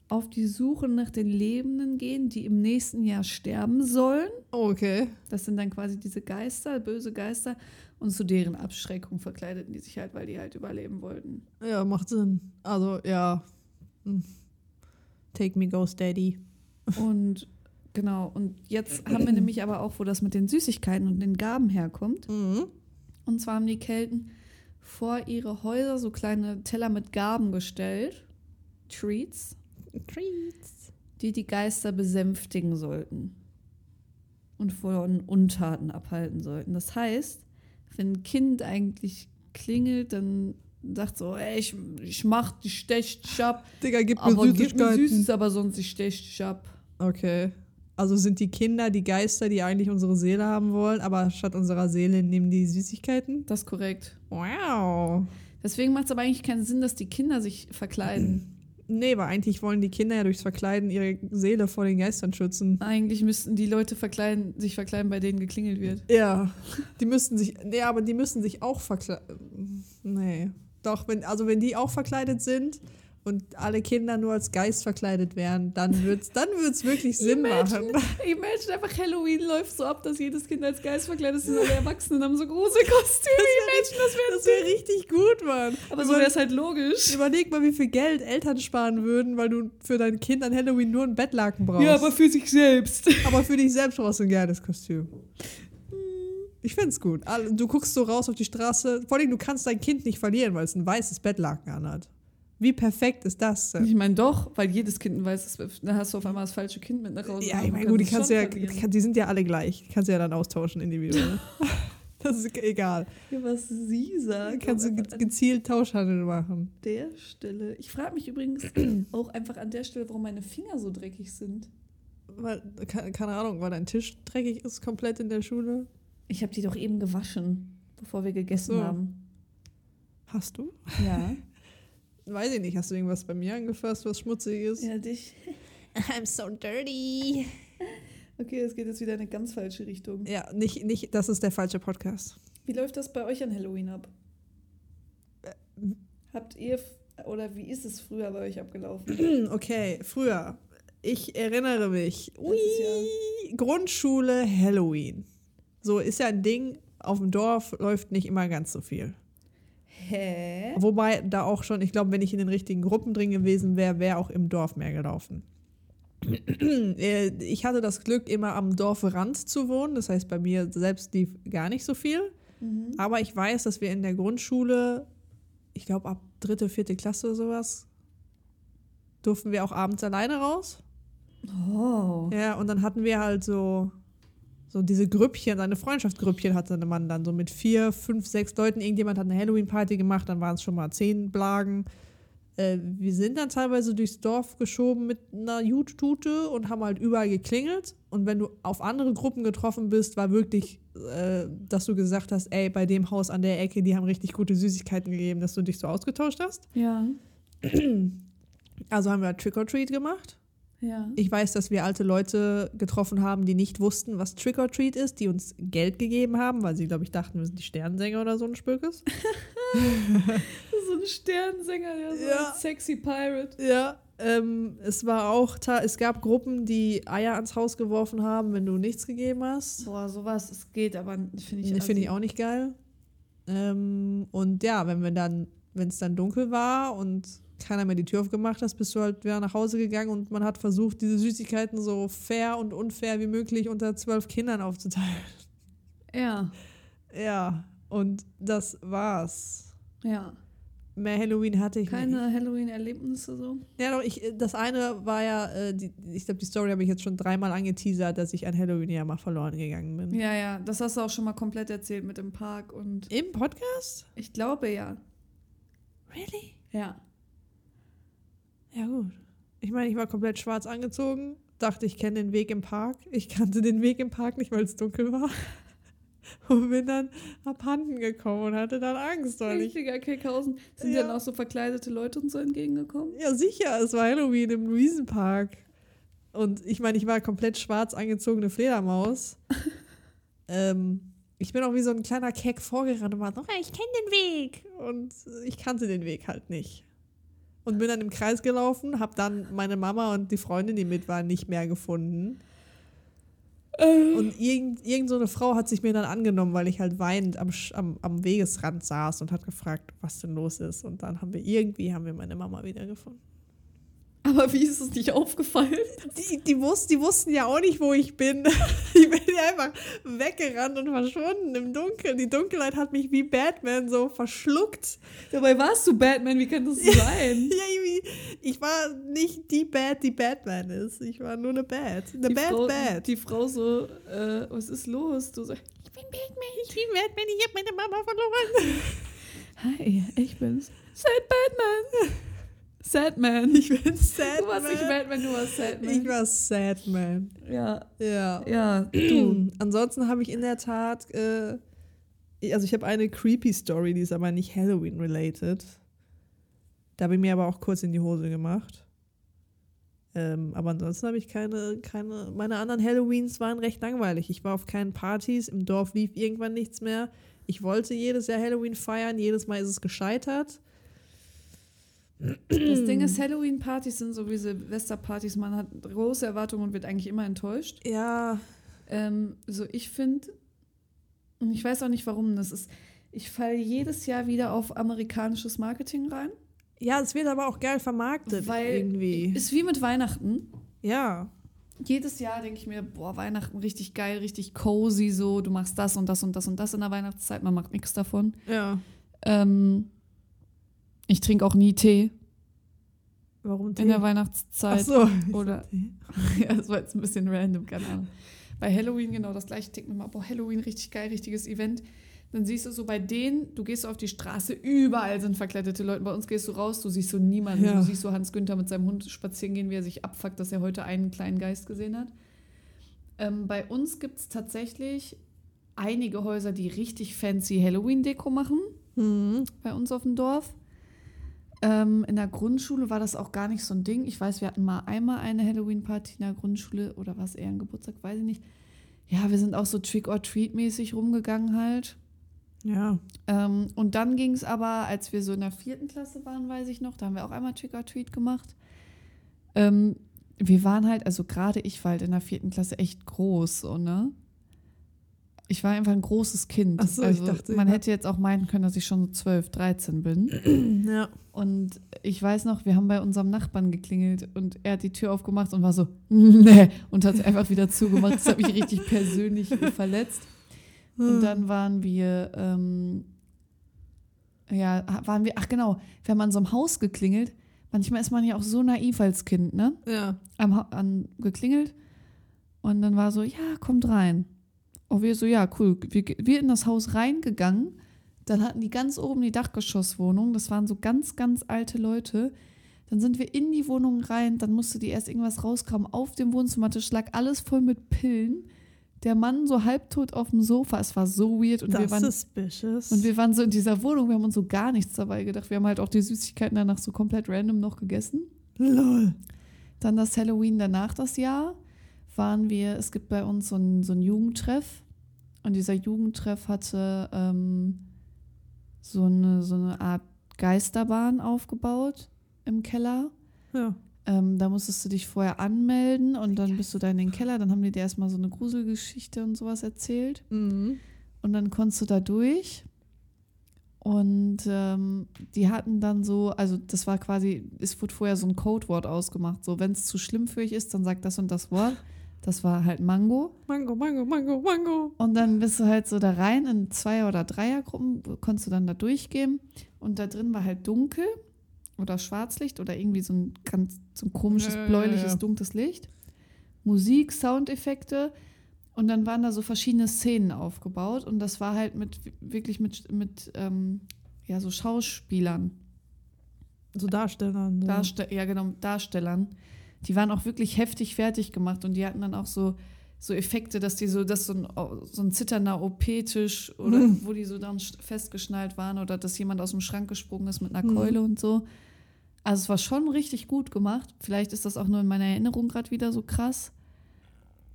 Speaker 2: auf die Suche nach den Lebenden gehen, die im nächsten Jahr sterben sollen.
Speaker 1: Oh, Okay.
Speaker 2: Das sind dann quasi diese Geister, böse Geister. Und zu deren Abschreckung verkleideten die sich halt, weil die halt überleben wollten.
Speaker 1: Ja, macht Sinn. Also, ja. Hm. Take me, Ghost Daddy.
Speaker 2: Und genau, und jetzt haben wir nämlich aber auch, wo das mit den Süßigkeiten und den Gaben herkommt.
Speaker 1: Mhm.
Speaker 2: Und zwar haben die Kelten vor ihre Häuser so kleine Teller mit Gaben gestellt, Treats,
Speaker 1: Mhm. Treats.
Speaker 2: die die Geister besänftigen sollten und von Untaten abhalten sollten. Das heißt, wenn ein Kind eigentlich klingelt, dann sagt so, ey, ich, ich mach dich stecht, ich ab,
Speaker 1: Digga, gib mir
Speaker 2: aber gib mir
Speaker 1: Süßigkeiten.
Speaker 2: Süßes, aber sonst ich stecht, ich ab.
Speaker 1: okay. Also sind die Kinder die Geister, die eigentlich unsere Seele haben wollen, aber statt unserer Seele nehmen die Süßigkeiten?
Speaker 2: Das ist korrekt.
Speaker 1: Wow. Mhm.
Speaker 2: Deswegen macht es aber eigentlich keinen Sinn, dass die Kinder sich verkleiden.
Speaker 1: Nee, weil eigentlich wollen die Kinder ja durchs Verkleiden ihre Seele vor den Geistern schützen.
Speaker 2: Eigentlich müssten die Leute verkleiden, sich verkleiden, bei denen geklingelt wird.
Speaker 1: Ja, die müssten sich, nee, aber die müssen sich auch verkleiden. Nee, doch, wenn, also wenn die auch verkleidet sind und alle Kinder nur als Geist verkleidet wären, dann würde es dann wird's wirklich Sinn machen.
Speaker 2: Imagine einfach Halloween läuft so ab, dass jedes Kind als Geist verkleidet ist und alle Erwachsenen haben so große Kostüme. Imagine, das wäre
Speaker 1: Das wäre richtig gut, Mann.
Speaker 2: Aber so wäre es halt logisch.
Speaker 1: Überleg mal, wie viel Geld Eltern sparen würden, weil du für dein Kind an Halloween nur einen Bettlaken brauchst.
Speaker 2: Ja, aber für sich selbst.
Speaker 1: Aber für dich selbst brauchst du ein geiles Kostüm. Ich find's gut. Alle- Du guckst so raus auf die Straße. Vor allem, du kannst dein Kind nicht verlieren, weil es ein weißes Bettlaken anhat. Wie perfekt ist das denn?
Speaker 2: Ich meine doch, weil jedes Kind ein weißes, da hast du auf einmal das falsche Kind mit nach Hause.
Speaker 1: Ja, ich
Speaker 2: genommen.
Speaker 1: meine, gut, die
Speaker 2: es
Speaker 1: kannst du
Speaker 2: schon
Speaker 1: ja,
Speaker 2: verlieren.
Speaker 1: kann, die sind ja alle gleich. Die kannst du ja dann austauschen, individuell. das ist egal.
Speaker 2: Ja, was sie
Speaker 1: Da
Speaker 2: sagt.
Speaker 1: kannst du
Speaker 2: aber
Speaker 1: ge-
Speaker 2: an
Speaker 1: gezielt Tauschhandel machen.
Speaker 2: der Stelle. Ich frage mich übrigens auch einfach an der Stelle, warum meine Finger so dreckig sind.
Speaker 1: Weil, ke- keine Ahnung, weil dein Tisch dreckig ist komplett in der Schule.
Speaker 2: Ich habe die doch eben gewaschen, bevor wir gegessen
Speaker 1: Ach so.
Speaker 2: haben.
Speaker 1: Hast du?
Speaker 2: Ja.
Speaker 1: Weiß ich nicht, hast du irgendwas bei mir angefasst, was schmutzig ist?
Speaker 2: ja, dich.
Speaker 1: I'm so dirty.
Speaker 2: Okay, das geht jetzt wieder in eine ganz falsche Richtung.
Speaker 1: Ja, nicht, nicht, das ist der falsche Podcast.
Speaker 2: Wie läuft das bei euch an Halloween ab? Äh, Habt ihr f- oder wie ist es früher bei euch abgelaufen?
Speaker 1: Okay, früher. Ich erinnere mich. Ui,
Speaker 2: Letztes
Speaker 1: Grundschule, Halloween. So ist ja ein Ding, auf dem Dorf läuft nicht immer ganz so viel.
Speaker 2: Hä?
Speaker 1: Wobei da auch schon, ich glaube, wenn ich in den richtigen Gruppen drin gewesen wäre, wäre auch im Dorf mehr gelaufen. Äh, ich hatte das Glück, immer am Dorfrand zu wohnen. Das heißt, bei mir selbst lief gar nicht so viel.
Speaker 2: Mhm.
Speaker 1: Aber ich weiß, dass wir in der Grundschule, ich glaube ab dritte, vierte Klasse oder sowas, durften wir auch abends alleine raus.
Speaker 2: Oh.
Speaker 1: Ja, und dann hatten wir halt so, so diese Grüppchen, seine Freundschaftsgrüppchen hatte man dann so mit vier, fünf, sechs Leuten. Irgendjemand hat eine Halloween-Party gemacht, dann waren es schon mal zehn Blagen. Äh, wir sind dann teilweise durchs Dorf geschoben mit einer Jute-Tute und haben halt überall geklingelt. Und wenn du auf andere Gruppen getroffen bist, war wirklich, äh, dass du gesagt hast, ey, bei dem Haus an der Ecke, die haben richtig gute Süßigkeiten gegeben, dass du dich so ausgetauscht hast.
Speaker 2: Ja.
Speaker 1: Also haben wir Trick-or-Treat gemacht.
Speaker 2: Ja.
Speaker 1: Ich weiß, dass wir alte Leute getroffen haben, die nicht wussten, was Trick or Treat ist, die uns Geld gegeben haben, weil sie, glaube ich, dachten, wir sind die Sternsänger oder so ein Spökes.
Speaker 2: So ein Sternsänger, der so
Speaker 1: Ja.
Speaker 2: ein sexy Pirate.
Speaker 1: Ja. Ähm, es war auch, ta- es gab Gruppen, die Eier ans Haus geworfen haben, wenn du nichts gegeben hast.
Speaker 2: Boah, sowas, es geht, aber finde ich, also
Speaker 1: Nee, Finde ich
Speaker 2: assi.
Speaker 1: auch nicht geil. Ähm, und ja, wenn wir dann, wenn es dann dunkel war und keiner mehr die Tür aufgemacht hat, bist du halt wieder nach Hause gegangen und man hat versucht, diese Süßigkeiten so fair und unfair wie möglich unter zwölf Kindern aufzuteilen.
Speaker 2: Ja,
Speaker 1: Ja, und das war's.
Speaker 2: ja.
Speaker 1: Mehr Halloween hatte ich nicht.
Speaker 2: Keine Halloween-Erlebnisse so.
Speaker 1: Ja, doch, ich, äh, das eine war ja, äh, die, ich glaube, die Story habe ich jetzt schon dreimal angeteasert, dass ich an Halloween ja mal verloren gegangen bin.
Speaker 2: Ja, ja, das hast du auch schon mal komplett erzählt mit dem Park und
Speaker 1: Im Podcast?
Speaker 2: ich glaube ja.
Speaker 1: Really?
Speaker 2: Ja.
Speaker 1: Ja, gut. Ich meine, ich war komplett schwarz angezogen, dachte, ich kenne den Weg im Park. Ich kannte den Weg im Park nicht, weil es dunkel war. Und bin dann abhanden gekommen und hatte dann Angst, weil ich.
Speaker 2: Richtiger Kickhausen. Sind
Speaker 1: Ja.
Speaker 2: dann auch so verkleidete Leute und so entgegengekommen?
Speaker 1: Ja, sicher, es war Halloween im Luisenpark. Und ich meine, ich war komplett schwarz angezogene Fledermaus. ähm, ich bin auch wie so ein kleiner Keck vorgerannt und war so, "Ah, ich kenne den Weg. Und ich kannte den Weg halt nicht. Und bin dann im Kreis gelaufen, habe dann meine Mama und die Freundin, die mit waren, nicht mehr gefunden. Und irgend, irgend so eine Frau hat sich mir dann angenommen, weil ich halt weinend am, Sch- am, am Wegesrand saß und hat gefragt, was denn los ist. Und dann haben wir irgendwie, haben wir meine Mama wiedergefunden.
Speaker 2: Aber wie ist es nicht aufgefallen?
Speaker 1: Die, die, wus die wussten ja auch nicht, wo ich bin. Ich bin ja einfach weggerannt und verschwunden im Dunkeln. Die Dunkelheit hat mich wie Batman so verschluckt.
Speaker 2: Dabei warst du Batman, wie kann das sein?
Speaker 1: Ja, irgendwie, ich war nicht die Bat, die Batman ist. Ich war nur eine Bat. Eine
Speaker 2: die,
Speaker 1: Bad
Speaker 2: Frau,
Speaker 1: Bat.
Speaker 2: die Frau so, äh, was ist los? Du sagst,
Speaker 1: Ich bin Batman. Ich bin Batman. Ich habe meine Mama verloren.
Speaker 2: hi, ich bin's. Sad Batman. Sad Man. Ich bin
Speaker 1: Sad
Speaker 2: Du warst nicht
Speaker 1: Man.
Speaker 2: Batman, du warst Sad Man.
Speaker 1: Ich war Sadman.
Speaker 2: ja,
Speaker 1: Ja.
Speaker 2: ja.
Speaker 1: Ansonsten habe ich in der Tat, äh, also ich habe eine creepy Story, die ist aber nicht Halloween related. Da habe ich mir aber auch kurz in die Hose gemacht. Ähm, aber ansonsten habe ich keine, keine. Meine anderen Halloweens waren recht langweilig. Ich war auf keinen Partys, im Dorf lief irgendwann nichts mehr. Ich wollte jedes Jahr Halloween feiern, jedes Mal ist es gescheitert.
Speaker 2: Das Ding ist, Halloween-Partys sind so wie Silvester-Partys. Man hat große Erwartungen und wird eigentlich immer enttäuscht.
Speaker 1: Ja,
Speaker 2: Ähm, so, ich finde, und ich weiß auch nicht warum, das ist, ich falle jedes Jahr wieder auf amerikanisches Marketing rein.
Speaker 1: ja, es wird aber auch geil vermarktet
Speaker 2: Weil
Speaker 1: irgendwie.
Speaker 2: ist wie mit Weihnachten.
Speaker 1: Ja,
Speaker 2: Jedes Jahr denke ich mir, boah, Weihnachten richtig geil, richtig cozy, so, du machst das und das und das und das in der Weihnachtszeit, man macht nichts davon.
Speaker 1: ja.
Speaker 2: Ähm, ich trinke auch nie Tee
Speaker 1: Warum
Speaker 2: in der
Speaker 1: Ach
Speaker 2: Weihnachtszeit.
Speaker 1: so.
Speaker 2: Oder, ja, das war jetzt ein bisschen random, keine Ahnung. Bei Halloween genau das gleiche. Ich denke mir mal, boah, Halloween, richtig geil, richtiges Event. Dann siehst du so bei denen, du gehst so auf die Straße, überall sind verkleidete Leute. Bei uns gehst du raus, du siehst so niemanden.
Speaker 1: Ja.
Speaker 2: Du siehst so Hans Günther mit seinem Hund spazieren gehen, wie er sich abfuckt, dass er heute einen kleinen Geist gesehen hat. Ähm, bei uns gibt es tatsächlich einige Häuser, die richtig fancy Halloween-Deko machen
Speaker 1: Hm.
Speaker 2: bei uns auf dem Dorf. Ähm, in der Grundschule war das auch gar nicht so ein Ding. Ich weiß, wir hatten mal einmal eine Halloween-Party in der Grundschule oder war es eher ein Geburtstag, weiß ich nicht. Ja, wir sind auch so Trick-or-Treat-mäßig rumgegangen halt.
Speaker 1: Ja.
Speaker 2: Ähm, und dann ging es aber, als wir so in der vierten Klasse waren, weiß ich noch, da haben wir auch einmal Trick-or-Treat gemacht. Ähm, wir waren halt, also gerade ich war halt in der vierten Klasse echt groß, so, ne? Ich war einfach ein großes Kind.
Speaker 1: Ach so, ich
Speaker 2: also,
Speaker 1: dachte,
Speaker 2: man
Speaker 1: ja.
Speaker 2: hätte jetzt auch meinen können, dass ich schon so 12, 13 bin.
Speaker 1: Ja.
Speaker 2: Und ich weiß noch, wir haben bei unserem Nachbarn geklingelt und er hat die Tür aufgemacht und war so, nee, und hat sie einfach wieder zugemacht. Das hat mich richtig persönlich verletzt. Und dann waren wir, ähm, ja, waren wir, ach genau, wir haben an so einem Haus geklingelt. Manchmal ist man ja auch so naiv als Kind, ne?
Speaker 1: Ja.
Speaker 2: Am, Ha- an, geklingelt und dann war so, ja, kommt rein. Und wir so, ja, cool. Wir, ge- wir in das Haus reingegangen, dann hatten die ganz oben die Dachgeschosswohnung, das waren so ganz, ganz alte Leute. Dann sind wir in die Wohnung rein, dann musste die erst irgendwas rauskramen. Auf dem Wohnzimmertisch lag alles voll mit Pillen. Der Mann so halbtot auf dem Sofa, es war so weird. Und wir
Speaker 1: Das
Speaker 2: waren
Speaker 1: ist vicious.
Speaker 2: und wir waren so in dieser Wohnung, wir haben uns so gar nichts dabei gedacht. Wir haben halt auch die Süßigkeiten danach so komplett random noch gegessen.
Speaker 1: Lol.
Speaker 2: Dann das Halloween danach das Jahr waren wir, es gibt bei uns so einen so einen Jugendtreff. Und dieser Jugendtreff hatte ähm, so, eine, so eine Art Geisterbahn aufgebaut im Keller.
Speaker 1: Ja.
Speaker 2: Ähm, da musstest du dich vorher anmelden und dann bist du da in den Keller. Dann haben die dir erstmal so eine Gruselgeschichte und sowas erzählt.
Speaker 1: Mhm.
Speaker 2: Und dann konntest du da durch. Und ähm, die hatten dann so, also das war quasi, es wurde vorher so ein Codewort ausgemacht. So, wenn es zu schlimm für euch ist, dann sagt das und das Wort. Das war halt Mango.
Speaker 1: Mango, Mango, Mango, Mango.
Speaker 2: Und dann bist du halt so da rein in Zweier- oder Dreiergruppen, konntest du dann da durchgehen. Und da drin war halt dunkel oder Schwarzlicht oder irgendwie so ein ganz so ein komisches,
Speaker 1: Ja, ja, ja,
Speaker 2: bläuliches,
Speaker 1: ja.
Speaker 2: dunkles Licht. Musik, Soundeffekte. Und dann waren da so verschiedene Szenen aufgebaut. Und das war halt mit wirklich mit, mit ähm, ja, so Schauspielern.
Speaker 1: So Darstellern. So.
Speaker 2: Darste ja, genau, Darstellern. Die waren auch wirklich heftig fertig gemacht und die hatten dann auch so, so Effekte, dass die so, dass so ein, so ein zitternder OP-Tisch oder
Speaker 1: Mhm.
Speaker 2: wo die so dann sch- festgeschnallt waren oder dass jemand aus dem Schrank gesprungen ist mit einer
Speaker 1: Mhm.
Speaker 2: Keule und so. Also es war schon richtig gut gemacht. Vielleicht ist das auch nur in meiner Erinnerung gerade wieder so krass.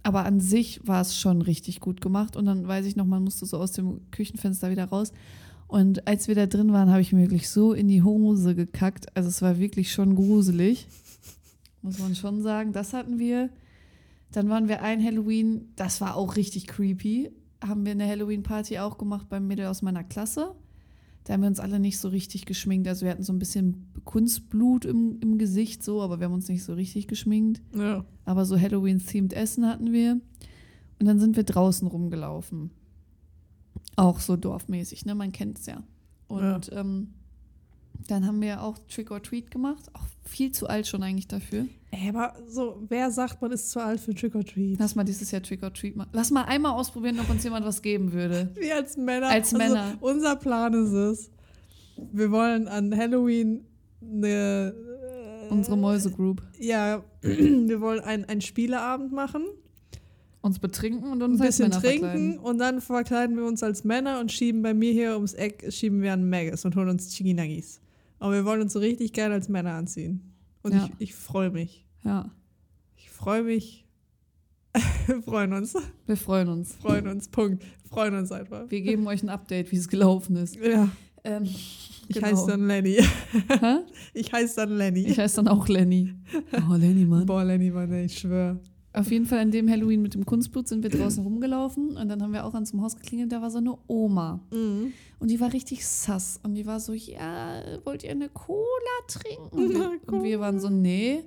Speaker 2: Aber an sich war es schon richtig gut gemacht. Und dann weiß ich noch, man musste so aus dem Küchenfenster wieder raus. Und als wir da drin waren, habe ich mir wirklich so in die Hose gekackt. Also es war wirklich schon gruselig. Muss man schon sagen. Das hatten wir. Dann waren wir ein Halloween, das war auch richtig creepy. Haben wir eine Halloween-Party auch gemacht beim Mädel aus meiner Klasse. Da haben wir uns alle nicht so richtig geschminkt. Also wir hatten so ein bisschen Kunstblut im, im Gesicht, so, aber wir haben uns nicht so richtig geschminkt.
Speaker 1: Ja.
Speaker 2: Aber so Halloween-themed Essen hatten wir. Und dann sind wir draußen rumgelaufen. Auch so dorfmäßig, ne? Man kennt's ja. Und ähm, dann haben wir auch Trick or Treat gemacht. Auch viel zu alt schon eigentlich dafür.
Speaker 1: Ey, aber so, wer sagt, man ist zu alt für Trick or Treat?
Speaker 2: Lass mal dieses Jahr Trick or Treat machen. Lass mal einmal ausprobieren, ob uns jemand was geben würde.
Speaker 1: Wir als Männer. Also,
Speaker 2: Als Männer.
Speaker 1: Unser Plan ist es, wir wollen an Halloween eine. äh,
Speaker 2: Unsere Mäuse-Group.
Speaker 1: Ja, wir wollen ein- einen Spieleabend machen,
Speaker 2: Uns betrinken und
Speaker 1: ein
Speaker 2: uns als
Speaker 1: bisschen
Speaker 2: Männer
Speaker 1: trinken
Speaker 2: verkleiden.
Speaker 1: und dann verkleiden wir uns als Männer und schieben bei mir hier ums Eck, schieben wir an Maggis und holen uns Chiginagis. Aber wir wollen uns so richtig geil als Männer anziehen. Und
Speaker 2: Ja.
Speaker 1: ich, ich freue mich.
Speaker 2: Ja,
Speaker 1: Ich freue mich. Wir freuen uns.
Speaker 2: wir freuen uns.
Speaker 1: Freuen uns. Punkt. Freuen uns einfach.
Speaker 2: Wir geben euch ein Update, wie es gelaufen ist.
Speaker 1: Ja,
Speaker 2: Ähm,
Speaker 1: ich
Speaker 2: genau.
Speaker 1: heiße dann Lenny.
Speaker 2: Hä?
Speaker 1: Ich heiße dann Lenny.
Speaker 2: Ich heiße dann auch Lenny. Oh, Lenny, Mann.
Speaker 1: Boah, Lenny, Mann, ey, ich schwöre.
Speaker 2: Auf jeden Fall an dem Halloween mit dem Kunstblut sind wir draußen rumgelaufen und dann haben wir auch an zum Haus geklingelt, da war so eine Oma. Und die war richtig sass. Und die war so, ja, wollt ihr eine Cola trinken? Und
Speaker 1: Na,
Speaker 2: wir, und wir waren so, nee.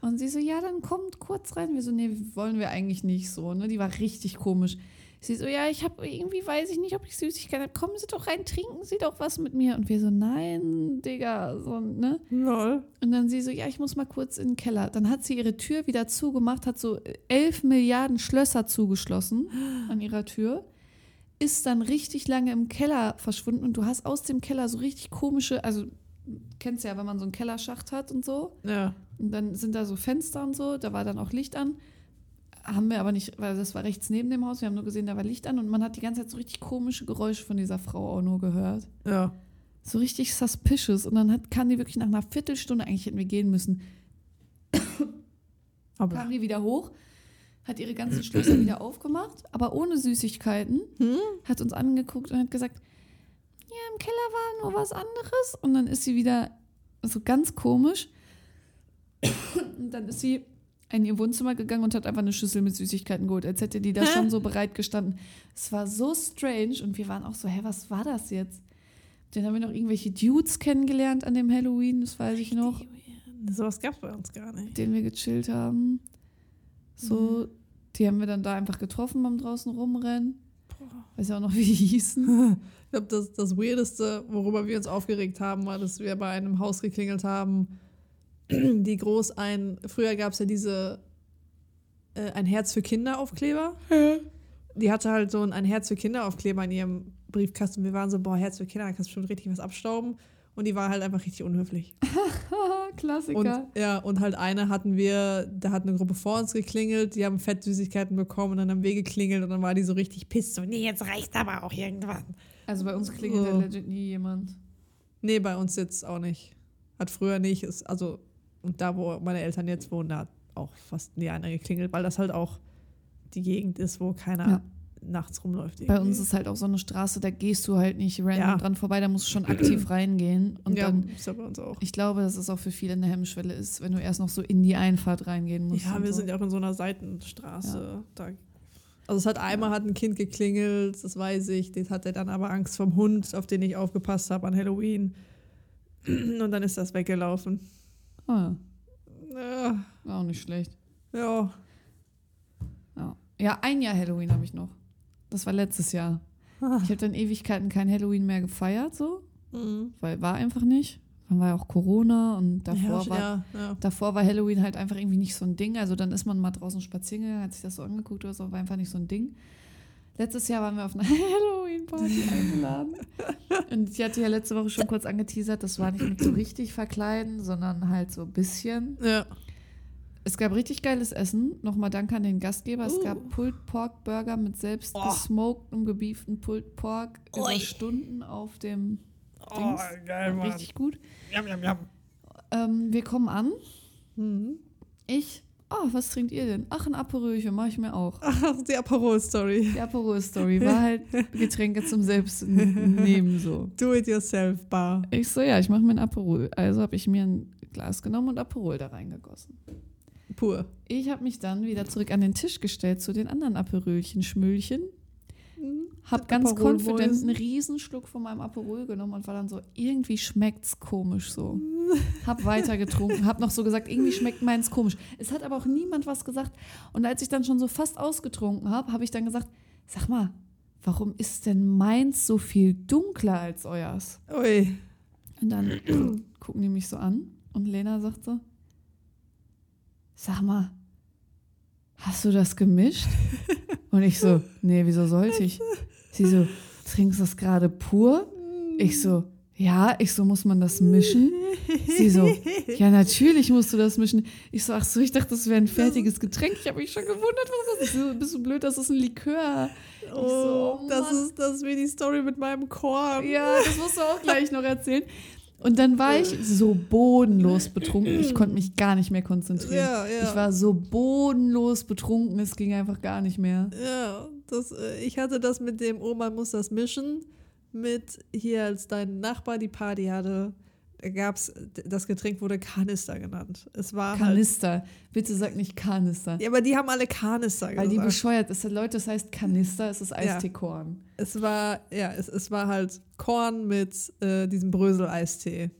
Speaker 2: Und sie so, ja, dann kommt kurz rein. Wir so, nee, wollen wir eigentlich nicht so. Ne? Die war richtig komisch. Sie so, ja, ich habe irgendwie, weiß ich nicht, ob ich Süßigkeiten habe. Kommen Sie doch rein, trinken Sie doch was mit mir. Und wir so, nein, Digga. So, ne?
Speaker 1: Lol.
Speaker 2: Und dann sie so, ja, ich muss mal kurz in den Keller. Dann hat sie ihre Tür wieder zugemacht, hat so elf Milliarden Schlösser zugeschlossen an ihrer Tür, ist dann richtig lange im Keller verschwunden und du hast aus dem Keller so richtig komische, also kennst ja, wenn man so einen Kellerschacht hat und so,
Speaker 1: Ja.
Speaker 2: und dann sind da so Fenster und so, da war dann auch Licht an. Haben wir aber nicht, weil das war rechts neben dem Haus, wir haben nur gesehen, da war Licht an und man hat die ganze Zeit so richtig komische Geräusche von dieser Frau auch nur gehört
Speaker 1: Ja.
Speaker 2: so richtig suspicious. Und dann hat, kam die wirklich nach einer Viertelstunde, eigentlich hätten wir gehen müssen,
Speaker 1: Aber.
Speaker 2: kam die wieder hoch, hat ihre ganzen Schlösser wieder aufgemacht, aber ohne Süßigkeiten,
Speaker 1: Hm?
Speaker 2: hat uns angeguckt und hat gesagt, ja, im Keller war nur was anderes. Und dann ist sie wieder so ganz komisch. Und dann ist sie in ihr Wohnzimmer gegangen und hat einfach eine Schüssel mit Süßigkeiten geholt, als hätte die da
Speaker 1: Hä?
Speaker 2: schon so bereit gestanden. Es war so strange und wir waren auch so, hä, was war das jetzt? Dann haben wir noch irgendwelche Dudes kennengelernt an dem Halloween, das weiß ich noch,
Speaker 1: Sowas gab's bei uns gar nicht.
Speaker 2: mit denen wir gechillt haben. So, die haben wir dann da einfach getroffen beim draußen rumrennen. Weiß ja auch noch, wie die hießen.
Speaker 1: Ich glaube, das, das Weirdeste, worüber wir uns aufgeregt haben, war, dass wir bei einem Haus geklingelt haben, die groß ein. Früher gab es ja diese äh, Ein Herz für Kinder Aufkleber. Die hatte halt so ein Ein Herz für Kinder Aufkleber in ihrem Briefkasten. Wir waren so, boah, Herz für Kinder, da kannst du schon richtig was abstauben. Und die war halt einfach richtig unhöflich.
Speaker 2: Haha,
Speaker 1: Und,
Speaker 2: Klassiker.
Speaker 1: ja, und halt eine hatten wir, da hat eine Gruppe vor uns geklingelt, die haben Fettsüßigkeiten bekommen und dann haben wir geklingelt und dann war die so richtig piss, so, nee, jetzt reicht aber auch irgendwann.
Speaker 2: also bei uns klingelt ja
Speaker 1: Oh.
Speaker 2: legit nie jemand.
Speaker 1: Nee, bei uns jetzt auch nicht. Hat früher nicht. Ist, also, und da, wo meine Eltern jetzt wohnen, da hat auch fast nie einer geklingelt, weil das halt auch die Gegend ist, wo keiner
Speaker 2: Ja.
Speaker 1: nachts rumläuft.
Speaker 2: Bei uns ist halt auch so eine Straße, da gehst du halt nicht random
Speaker 1: Ja.
Speaker 2: dran vorbei, da musst du schon aktiv reingehen. Und
Speaker 1: ja,
Speaker 2: dann,
Speaker 1: ist ja bei uns auch.
Speaker 2: ich glaube, dass es auch für viele eine Hemmschwelle ist, wenn du erst noch so in die Einfahrt reingehen musst.
Speaker 1: Ja,
Speaker 2: und
Speaker 1: wir
Speaker 2: so.
Speaker 1: sind ja auch in so einer Seitenstraße. Da, also es hat einmal hat ein Kind geklingelt, das weiß ich. Das hatte dann aber Angst vom Hund, auf den ich aufgepasst habe an Halloween. Und dann ist das weggelaufen.
Speaker 2: Ah,
Speaker 1: Ja,
Speaker 2: war auch nicht schlecht.
Speaker 1: ja.
Speaker 2: Ja, ja ein Jahr Halloween habe ich noch. Das war letztes Jahr.
Speaker 1: Ah.
Speaker 2: Ich habe dann Ewigkeiten kein Halloween mehr gefeiert, so,
Speaker 1: Mhm.
Speaker 2: weil war einfach nicht. Dann war ja auch Corona und davor
Speaker 1: ja,
Speaker 2: war
Speaker 1: ja, ja.
Speaker 2: Davor war Halloween halt einfach irgendwie nicht so ein Ding. Also dann ist man mal draußen spazieren gegangen, hat sich das so angeguckt oder so, war einfach nicht so ein Ding. Letztes Jahr waren wir auf einer Halloween-Party eingeladen. Und ich hatte ja letzte Woche schon kurz angeteasert, das war nicht mit so richtig verkleiden, sondern halt so ein bisschen.
Speaker 1: ja.
Speaker 2: Es gab richtig geiles Essen. Nochmal danke an den Gastgeber. Es
Speaker 1: Uh.
Speaker 2: gab Pulled Pork Burger mit selbst
Speaker 1: Oh.
Speaker 2: gesmoktem, gebieften Pulled Pork über
Speaker 1: Ui.
Speaker 2: Stunden auf dem
Speaker 1: Oh,
Speaker 2: Dings.
Speaker 1: geil, Mann.
Speaker 2: Richtig gut.
Speaker 1: Yum, yum, yum.
Speaker 2: Ähm, wir kommen an.
Speaker 1: Mhm.
Speaker 2: Ich, ah, was trinkt ihr denn? Ach, ein Aperölchen mache ich mir auch.
Speaker 1: Ach, die Aperol-Story.
Speaker 2: Die Aperol-Story war halt Getränke zum Selbstnehmen so.
Speaker 1: Do-it-yourself-Bar.
Speaker 2: Ich so, ja, ich mache mir ein Aperol. Also habe ich mir ein Glas genommen und Aperol da reingegossen.
Speaker 1: Pur.
Speaker 2: Ich habe mich dann wieder zurück an den Tisch gestellt zu den anderen Aperölchen, Schmöhlchen. Hab ganz
Speaker 1: Aperol
Speaker 2: confident
Speaker 1: Boys.
Speaker 2: einen Riesenschluck von meinem Aperol genommen und war dann so, irgendwie schmeckt's komisch so. Hab weiter getrunken, hab noch so gesagt, irgendwie schmeckt meins komisch. Es hat aber auch niemand was gesagt. Und als ich dann schon so fast ausgetrunken habe, habe ich dann gesagt, sag mal, warum ist denn meins so viel dunkler als euers?
Speaker 1: Ui.
Speaker 2: Und dann gucken die mich so an und Lena sagt so, sag mal, hast du das gemischt? Und ich so, nee, wieso sollte ich? Sie so, trinkst du das gerade pur? Ich so, ja, ich so, muss man das mischen? Sie
Speaker 1: Oh,
Speaker 2: so, ja, natürlich musst du das mischen. Ich so, ach so, ich dachte, das wäre ein fertiges Getränk. Ich habe mich schon gewundert, was das ist. Ich so, bist du blöd, das ist ein Likör.
Speaker 1: Oh,
Speaker 2: so, oh
Speaker 1: das,
Speaker 2: Mann.
Speaker 1: ist, das ist wie die Story mit meinem Korn.
Speaker 2: Ja, das musst du auch gleich noch erzählen. Und dann war ich so bodenlos betrunken. Ich konnte mich gar nicht mehr konzentrieren.
Speaker 1: Ja, ja.
Speaker 2: Ich war so bodenlos betrunken, es ging einfach gar nicht mehr.
Speaker 1: Ja, das, äh, ich hatte das mit dem, oh, man muss das mischen, mit hier, als dein Nachbar die Party hatte, gab es, das Getränk wurde Kanister genannt. Es war halt,
Speaker 2: Kanister. Bitte sag nicht Kanister.
Speaker 1: Ja, aber die haben alle Kanister
Speaker 2: Weil die
Speaker 1: gesagt.
Speaker 2: bescheuert ist. Leute, das heißt Kanister, es ist Eisteekorn.
Speaker 1: es war, ja, es, es war halt Korn mit äh, diesem Brösel-Eistee.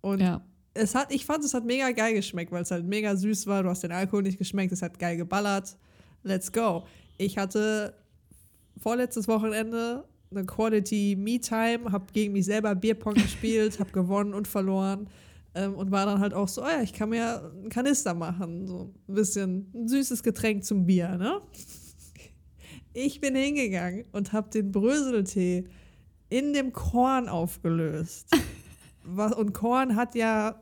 Speaker 1: Und
Speaker 2: Ja.
Speaker 1: es hat, ich fand, es hat mega geil geschmeckt, weil es halt mega süß war. Du hast den Alkohol nicht geschmeckt, es hat geil geballert. Let's go. Ich hatte vorletztes Wochenende eine Quality Me Time, hab gegen mich selber Bierpong gespielt, hab gewonnen und verloren. Ähm, und war dann halt auch so, oh ja, ich kann mir einen Kanister machen. So ein bisschen ein süßes Getränk zum Bier, ne? Ich bin hingegangen und hab den Bröseltee in dem Korn aufgelöst. Was, und Korn hat ja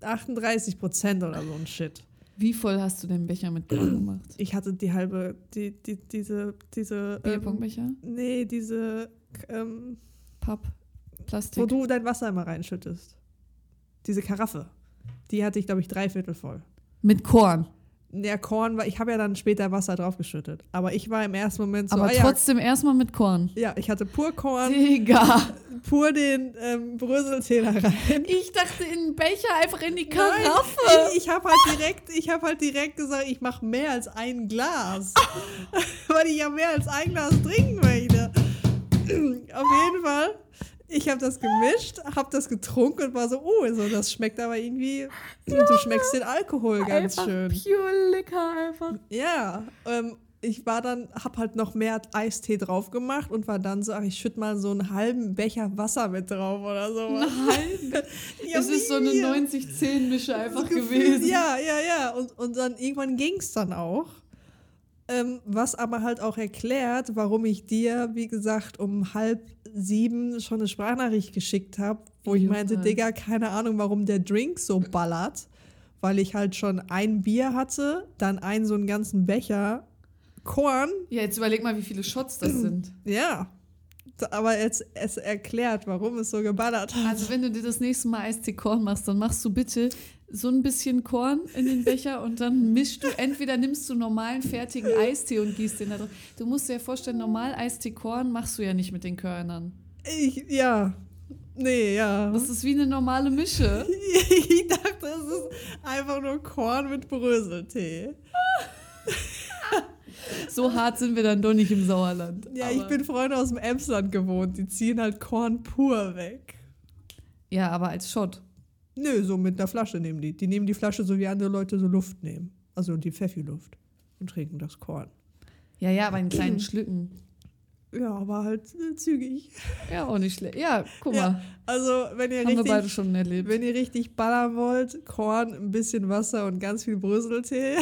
Speaker 1: 38 Prozent oder so ein Shit.
Speaker 2: Wie voll hast du den Becher mit Korn gemacht?
Speaker 1: Ich hatte die halbe, die, die, diese, diese, ähm,
Speaker 2: Bierpongbecher?
Speaker 1: nee, diese, ähm,
Speaker 2: Papp? Plastik?
Speaker 1: wo du dein Wasser immer reinschüttest. Diese Karaffe. Die hatte ich, glaube ich, drei Viertel voll.
Speaker 2: Mit Korn.
Speaker 1: Der Korn war, ich habe ja dann später Wasser draufgeschüttet. Aber ich war im ersten Moment so,
Speaker 2: Aber
Speaker 1: ah, Ähm,
Speaker 2: trotzdem erstmal mit Korn.
Speaker 1: ja, ja, ich hatte pur Korn,
Speaker 2: Digga.
Speaker 1: pur den ähm, Bröseltee da rein.
Speaker 2: Ich dachte in den Becher, einfach in die
Speaker 1: Nein,
Speaker 2: Karaffe.
Speaker 1: Ich, ich habe halt direkt, ich habe halt direkt gesagt, ich mache mehr als ein Glas, weil ich ja mehr als ein Glas trinken möchte. Auf jeden Fall, ich habe das gemischt, habe das getrunken und war so, oh, so, das schmeckt aber irgendwie, du schmeckst den Alkohol ganz
Speaker 2: einfach
Speaker 1: schön.
Speaker 2: Pure Liquor einfach.
Speaker 1: Ja, ähm, ich war dann, hab halt noch mehr Eistee drauf gemacht und war dann so, ach, ich schütt mal so einen halben Becher Wasser mit drauf oder sowas. Nein.
Speaker 2: es ist so eine 90-10-Mische einfach
Speaker 1: Gefühl-
Speaker 2: gewesen.
Speaker 1: Ja, ja, ja. Und, und dann irgendwann ging es dann auch. Ähm, was aber halt auch erklärt, warum ich dir, wie gesagt, um halb sieben schon eine Sprachnachricht geschickt habe, wo ich
Speaker 2: Junge.
Speaker 1: meinte, Digga, keine Ahnung, warum der Drink so ballert. Weil ich halt schon ein Bier hatte, dann einen so einen ganzen Becher Korn.
Speaker 2: Ja, jetzt überleg mal, wie viele Shots das sind.
Speaker 1: Ja. Da- Aber jetzt, es erklärt, warum es so geballert hat.
Speaker 2: Also wenn du dir das nächste Mal Eistee Korn machst, dann machst du bitte so ein bisschen Korn in den Becher und dann mischst du, entweder nimmst du normalen fertigen Eistee und gießt den da drauf. Du musst dir ja vorstellen, normal Eistee Korn machst du ja nicht mit den Körnern.
Speaker 1: Ich, ja. Nee, ja.
Speaker 2: Das ist wie eine normale Mische.
Speaker 1: Ich dachte, es ist einfach nur Korn mit Bröseltee.
Speaker 2: So hart sind wir dann doch nicht im Sauerland.
Speaker 1: Ja,
Speaker 2: aber,
Speaker 1: ich bin Freunde aus dem Emsland gewohnt. Die ziehen halt Korn pur weg.
Speaker 2: Ja, aber als Shot.
Speaker 1: Nö, so mit einer Flasche nehmen die. Die nehmen die Flasche so, wie andere Leute so Luft nehmen. Also die Pfeffi-Luft. Und trinken das Korn.
Speaker 2: Ja, ja, aber in kleinen Schlücken.
Speaker 1: Ja, aber halt äh, zügig.
Speaker 2: Ja, auch nicht schlecht. Ja, guck
Speaker 1: Ja,
Speaker 2: mal,
Speaker 1: Also, wenn ihr,
Speaker 2: haben wir beide
Speaker 1: richtig,
Speaker 2: schon erlebt.
Speaker 1: wenn ihr richtig ballern wollt, Korn, ein bisschen Wasser und ganz viel Bröseltee.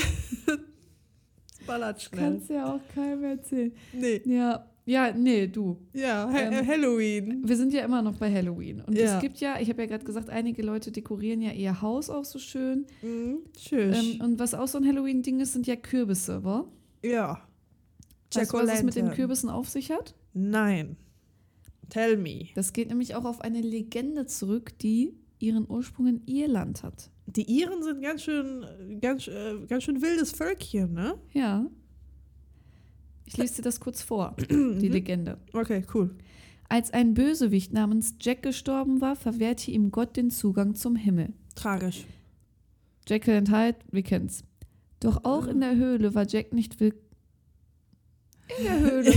Speaker 1: Ballert schnell.
Speaker 2: Kannst ja auch keinem erzählen.
Speaker 1: Nee.
Speaker 2: Ja, ja, nee, du.
Speaker 1: Ja, Ha-
Speaker 2: Ähm,
Speaker 1: Halloween.
Speaker 2: Wir sind ja immer noch bei Halloween. Und
Speaker 1: Ja.
Speaker 2: es gibt ja, ich habe ja gerade gesagt, einige Leute dekorieren ja ihr Haus auch so schön.
Speaker 1: Mhm, tschüss.
Speaker 2: Ähm, und was auch so ein Halloween-Ding ist, sind ja Kürbisse, wa?
Speaker 1: Ja.
Speaker 2: Weißt du, was es mit den
Speaker 1: Jack-O-Lantern.
Speaker 2: Kürbissen auf sich hat?
Speaker 1: Nein. Tell me.
Speaker 2: Das geht nämlich auch auf eine Legende zurück, die ihren Ursprung in Irland hat.
Speaker 1: Die Iren sind ganz schön, ganz, äh, ganz schön wildes Völkchen, ne?
Speaker 2: Ja. Ich lese dir das kurz vor, die Legende.
Speaker 1: Okay, cool.
Speaker 2: Als ein Bösewicht namens Jack gestorben war, verwehrte ihm Gott den Zugang zum Himmel.
Speaker 1: Tragisch.
Speaker 2: Jekyll and Hyde, wir kennt's. Doch auch in der Höhle war Jack nicht will. In der Höhle.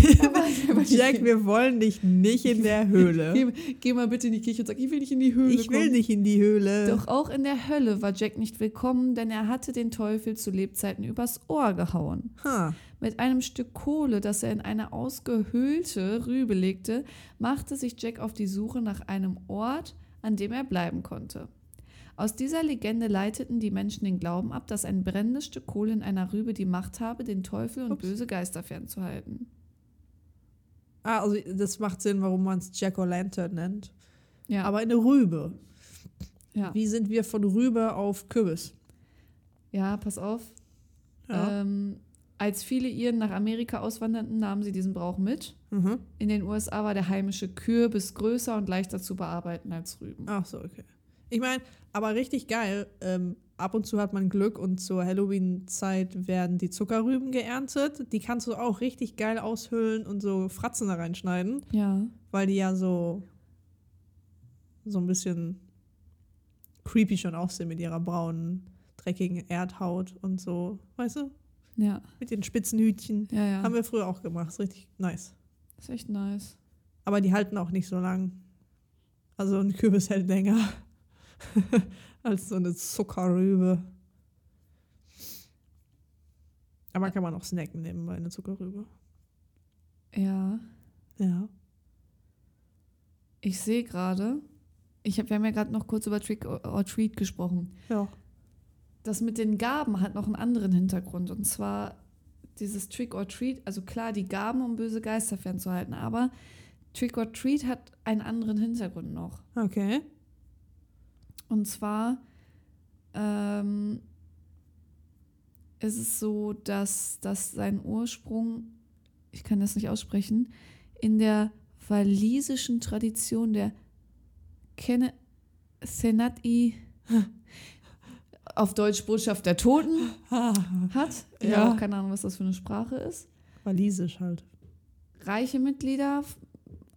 Speaker 1: Jack, wir wollen dich nicht in der Höhle.
Speaker 2: geh, geh mal bitte in die Kirche und sag, ich will nicht in die Höhle.
Speaker 1: Ich will
Speaker 2: kommen.
Speaker 1: nicht in die Höhle.
Speaker 2: Doch auch in der Hölle war Jack nicht willkommen, denn er hatte den Teufel zu Lebzeiten übers Ohr gehauen.
Speaker 1: Ha.
Speaker 2: Mit einem Stück Kohle, das er in eine ausgehöhlte Rübe legte, machte sich Jack auf die Suche nach einem Ort, an dem er bleiben konnte. Aus dieser Legende leiteten die Menschen den Glauben ab, dass ein brennendes Stück Kohle in einer Rübe die Macht habe, den Teufel und
Speaker 1: Ups.
Speaker 2: böse Geister fernzuhalten.
Speaker 1: Ah, also das macht Sinn, warum man es Jack-O-Lantern nennt.
Speaker 2: Ja,
Speaker 1: Aber eine Rübe.
Speaker 2: ja.
Speaker 1: Wie sind wir von Rübe auf Kürbis?
Speaker 2: ja pass auf.
Speaker 1: Ja.
Speaker 2: Ähm, Als viele Iren nach Amerika auswanderten, nahmen sie diesen Brauch mit.
Speaker 1: Mhm.
Speaker 2: In den USA war der heimische Kürbis größer und leichter zu bearbeiten als Rüben.
Speaker 1: Ach so, okay. Ich meine, aber richtig geil. Ähm, ab und zu hat man Glück und zur Halloween-Zeit werden die Zuckerrüben geerntet. Die kannst du auch richtig geil aushöhlen und so Fratzen da reinschneiden,
Speaker 2: Ja.
Speaker 1: weil die ja so so ein bisschen creepy schon aussehen mit ihrer braunen, dreckigen Erdhaut und so. Weißt du?
Speaker 2: Ja,
Speaker 1: Mit den spitzen Hütchen.
Speaker 2: ja, ja.
Speaker 1: Haben wir früher auch gemacht. Ist richtig nice.
Speaker 2: ist echt nice.
Speaker 1: Aber die halten auch nicht so lang. Also ein Kürbis hält länger als so eine Zuckerrübe. Aber kann man auch snacken nebenbei eine Zuckerrübe.
Speaker 2: Ja.
Speaker 1: Ja.
Speaker 2: Ich sehe gerade, ich hab, wir haben ja gerade noch kurz über Trick or Treat gesprochen.
Speaker 1: Ja.
Speaker 2: das mit den Gaben hat noch einen anderen Hintergrund. Und zwar dieses Trick or Treat, also klar die Gaben, um böse Geister fernzuhalten, aber Trick or Treat hat einen anderen Hintergrund noch.
Speaker 1: Okay.
Speaker 2: Und zwar ähm, ist es so, dass das seinen Ursprung, ich kann das nicht aussprechen, in der walisischen Tradition der Kenne Senat i auf Deutsch Botschaft der Toten
Speaker 1: Ah,
Speaker 2: hat. Ich
Speaker 1: Ja.
Speaker 2: ja. auch keine Ahnung, was das für eine Sprache ist.
Speaker 1: walisisch halt.
Speaker 2: Reiche Mitglieder f-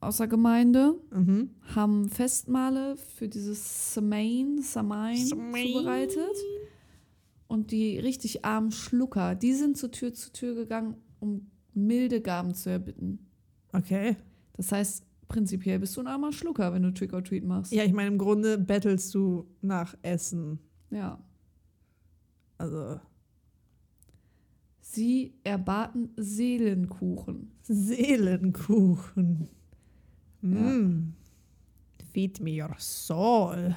Speaker 2: außer Gemeinde
Speaker 1: Mhm.
Speaker 2: haben Festmale für dieses Samain, Samain
Speaker 1: Samain.
Speaker 2: zubereitet. Und die richtig armen Schlucker, die sind zu Tür zu Tür gegangen, um milde Gaben zu erbitten.
Speaker 1: Okay.
Speaker 2: Das heißt, prinzipiell bist du ein armer Schlucker, wenn du Trick or Treat machst.
Speaker 1: Ja, ich meine, im Grunde bettelst du nach Essen.
Speaker 2: ja.
Speaker 1: Also
Speaker 2: Sie erbaten Seelenkuchen.
Speaker 1: Seelenkuchen. Mm. Feed me your soul.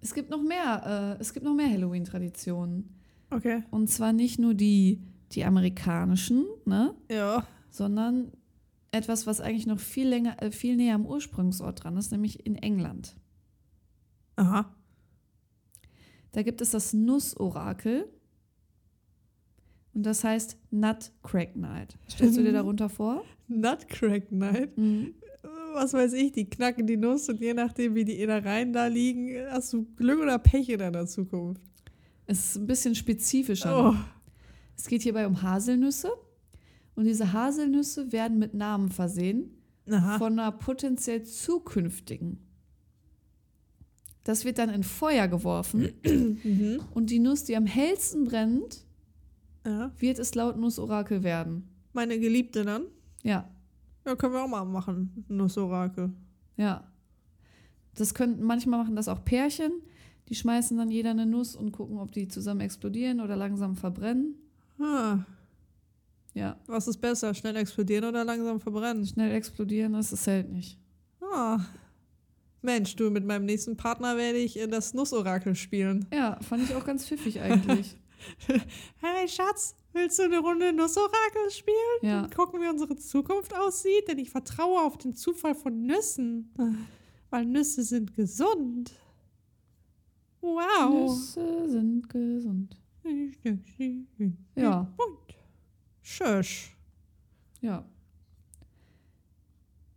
Speaker 2: Es gibt noch mehr, äh, es gibt noch mehr Halloween-Traditionen.
Speaker 1: Okay.
Speaker 2: Und zwar nicht nur die, die amerikanischen, ne,
Speaker 1: Ja.
Speaker 2: sondern etwas, was eigentlich noch viel, länger, äh, viel näher am Ursprungsort dran ist, nämlich in England.
Speaker 1: Aha.
Speaker 2: Da gibt es das Nussorakel. Und das heißt Nutcrack Night. Stellst du dir darunter vor?
Speaker 1: Nutcrack Night.
Speaker 2: Mhm.
Speaker 1: Was weiß ich, die knacken die Nuss und je nachdem, wie die Innereien da liegen, hast du Glück oder Pech in deiner Zukunft.
Speaker 2: Es ist ein bisschen spezifischer.
Speaker 1: Oh,
Speaker 2: Es geht hierbei um Haselnüsse. Und diese Haselnüsse werden mit Namen versehen.
Speaker 1: aha.
Speaker 2: von einer potenziell zukünftigen. Das wird dann in Feuer geworfen
Speaker 1: Mhm.
Speaker 2: und die Nuss, die am hellsten brennt,
Speaker 1: Ja.
Speaker 2: wird es laut Nussorakel werden.
Speaker 1: Meine Geliebte dann?
Speaker 2: Ja,
Speaker 1: Ja, können wir auch mal machen. Nussorakel.
Speaker 2: ja. Das könnten manchmal machen das auch Pärchen. Die schmeißen dann jeder eine Nuss und gucken, ob die zusammen explodieren oder langsam verbrennen.
Speaker 1: Ah,
Speaker 2: Ja,
Speaker 1: was ist besser, schnell explodieren oder langsam verbrennen?
Speaker 2: schnell explodieren, das ist halt nicht.
Speaker 1: Ah. Mensch, du, mit meinem nächsten Partner werde ich äh, das Nussorakel spielen.
Speaker 2: Ja, fand ich auch ganz pfiffig eigentlich.
Speaker 1: Hey, Schatz, willst du eine Runde Nussorakel spielen?
Speaker 2: Ja.
Speaker 1: und gucken, wie unsere Zukunft aussieht, denn ich vertraue auf den Zufall von Nüssen. Weil Nüsse sind gesund. Wow.
Speaker 2: Nüsse sind gesund. Ja.
Speaker 1: Und Schösch.
Speaker 2: Ja.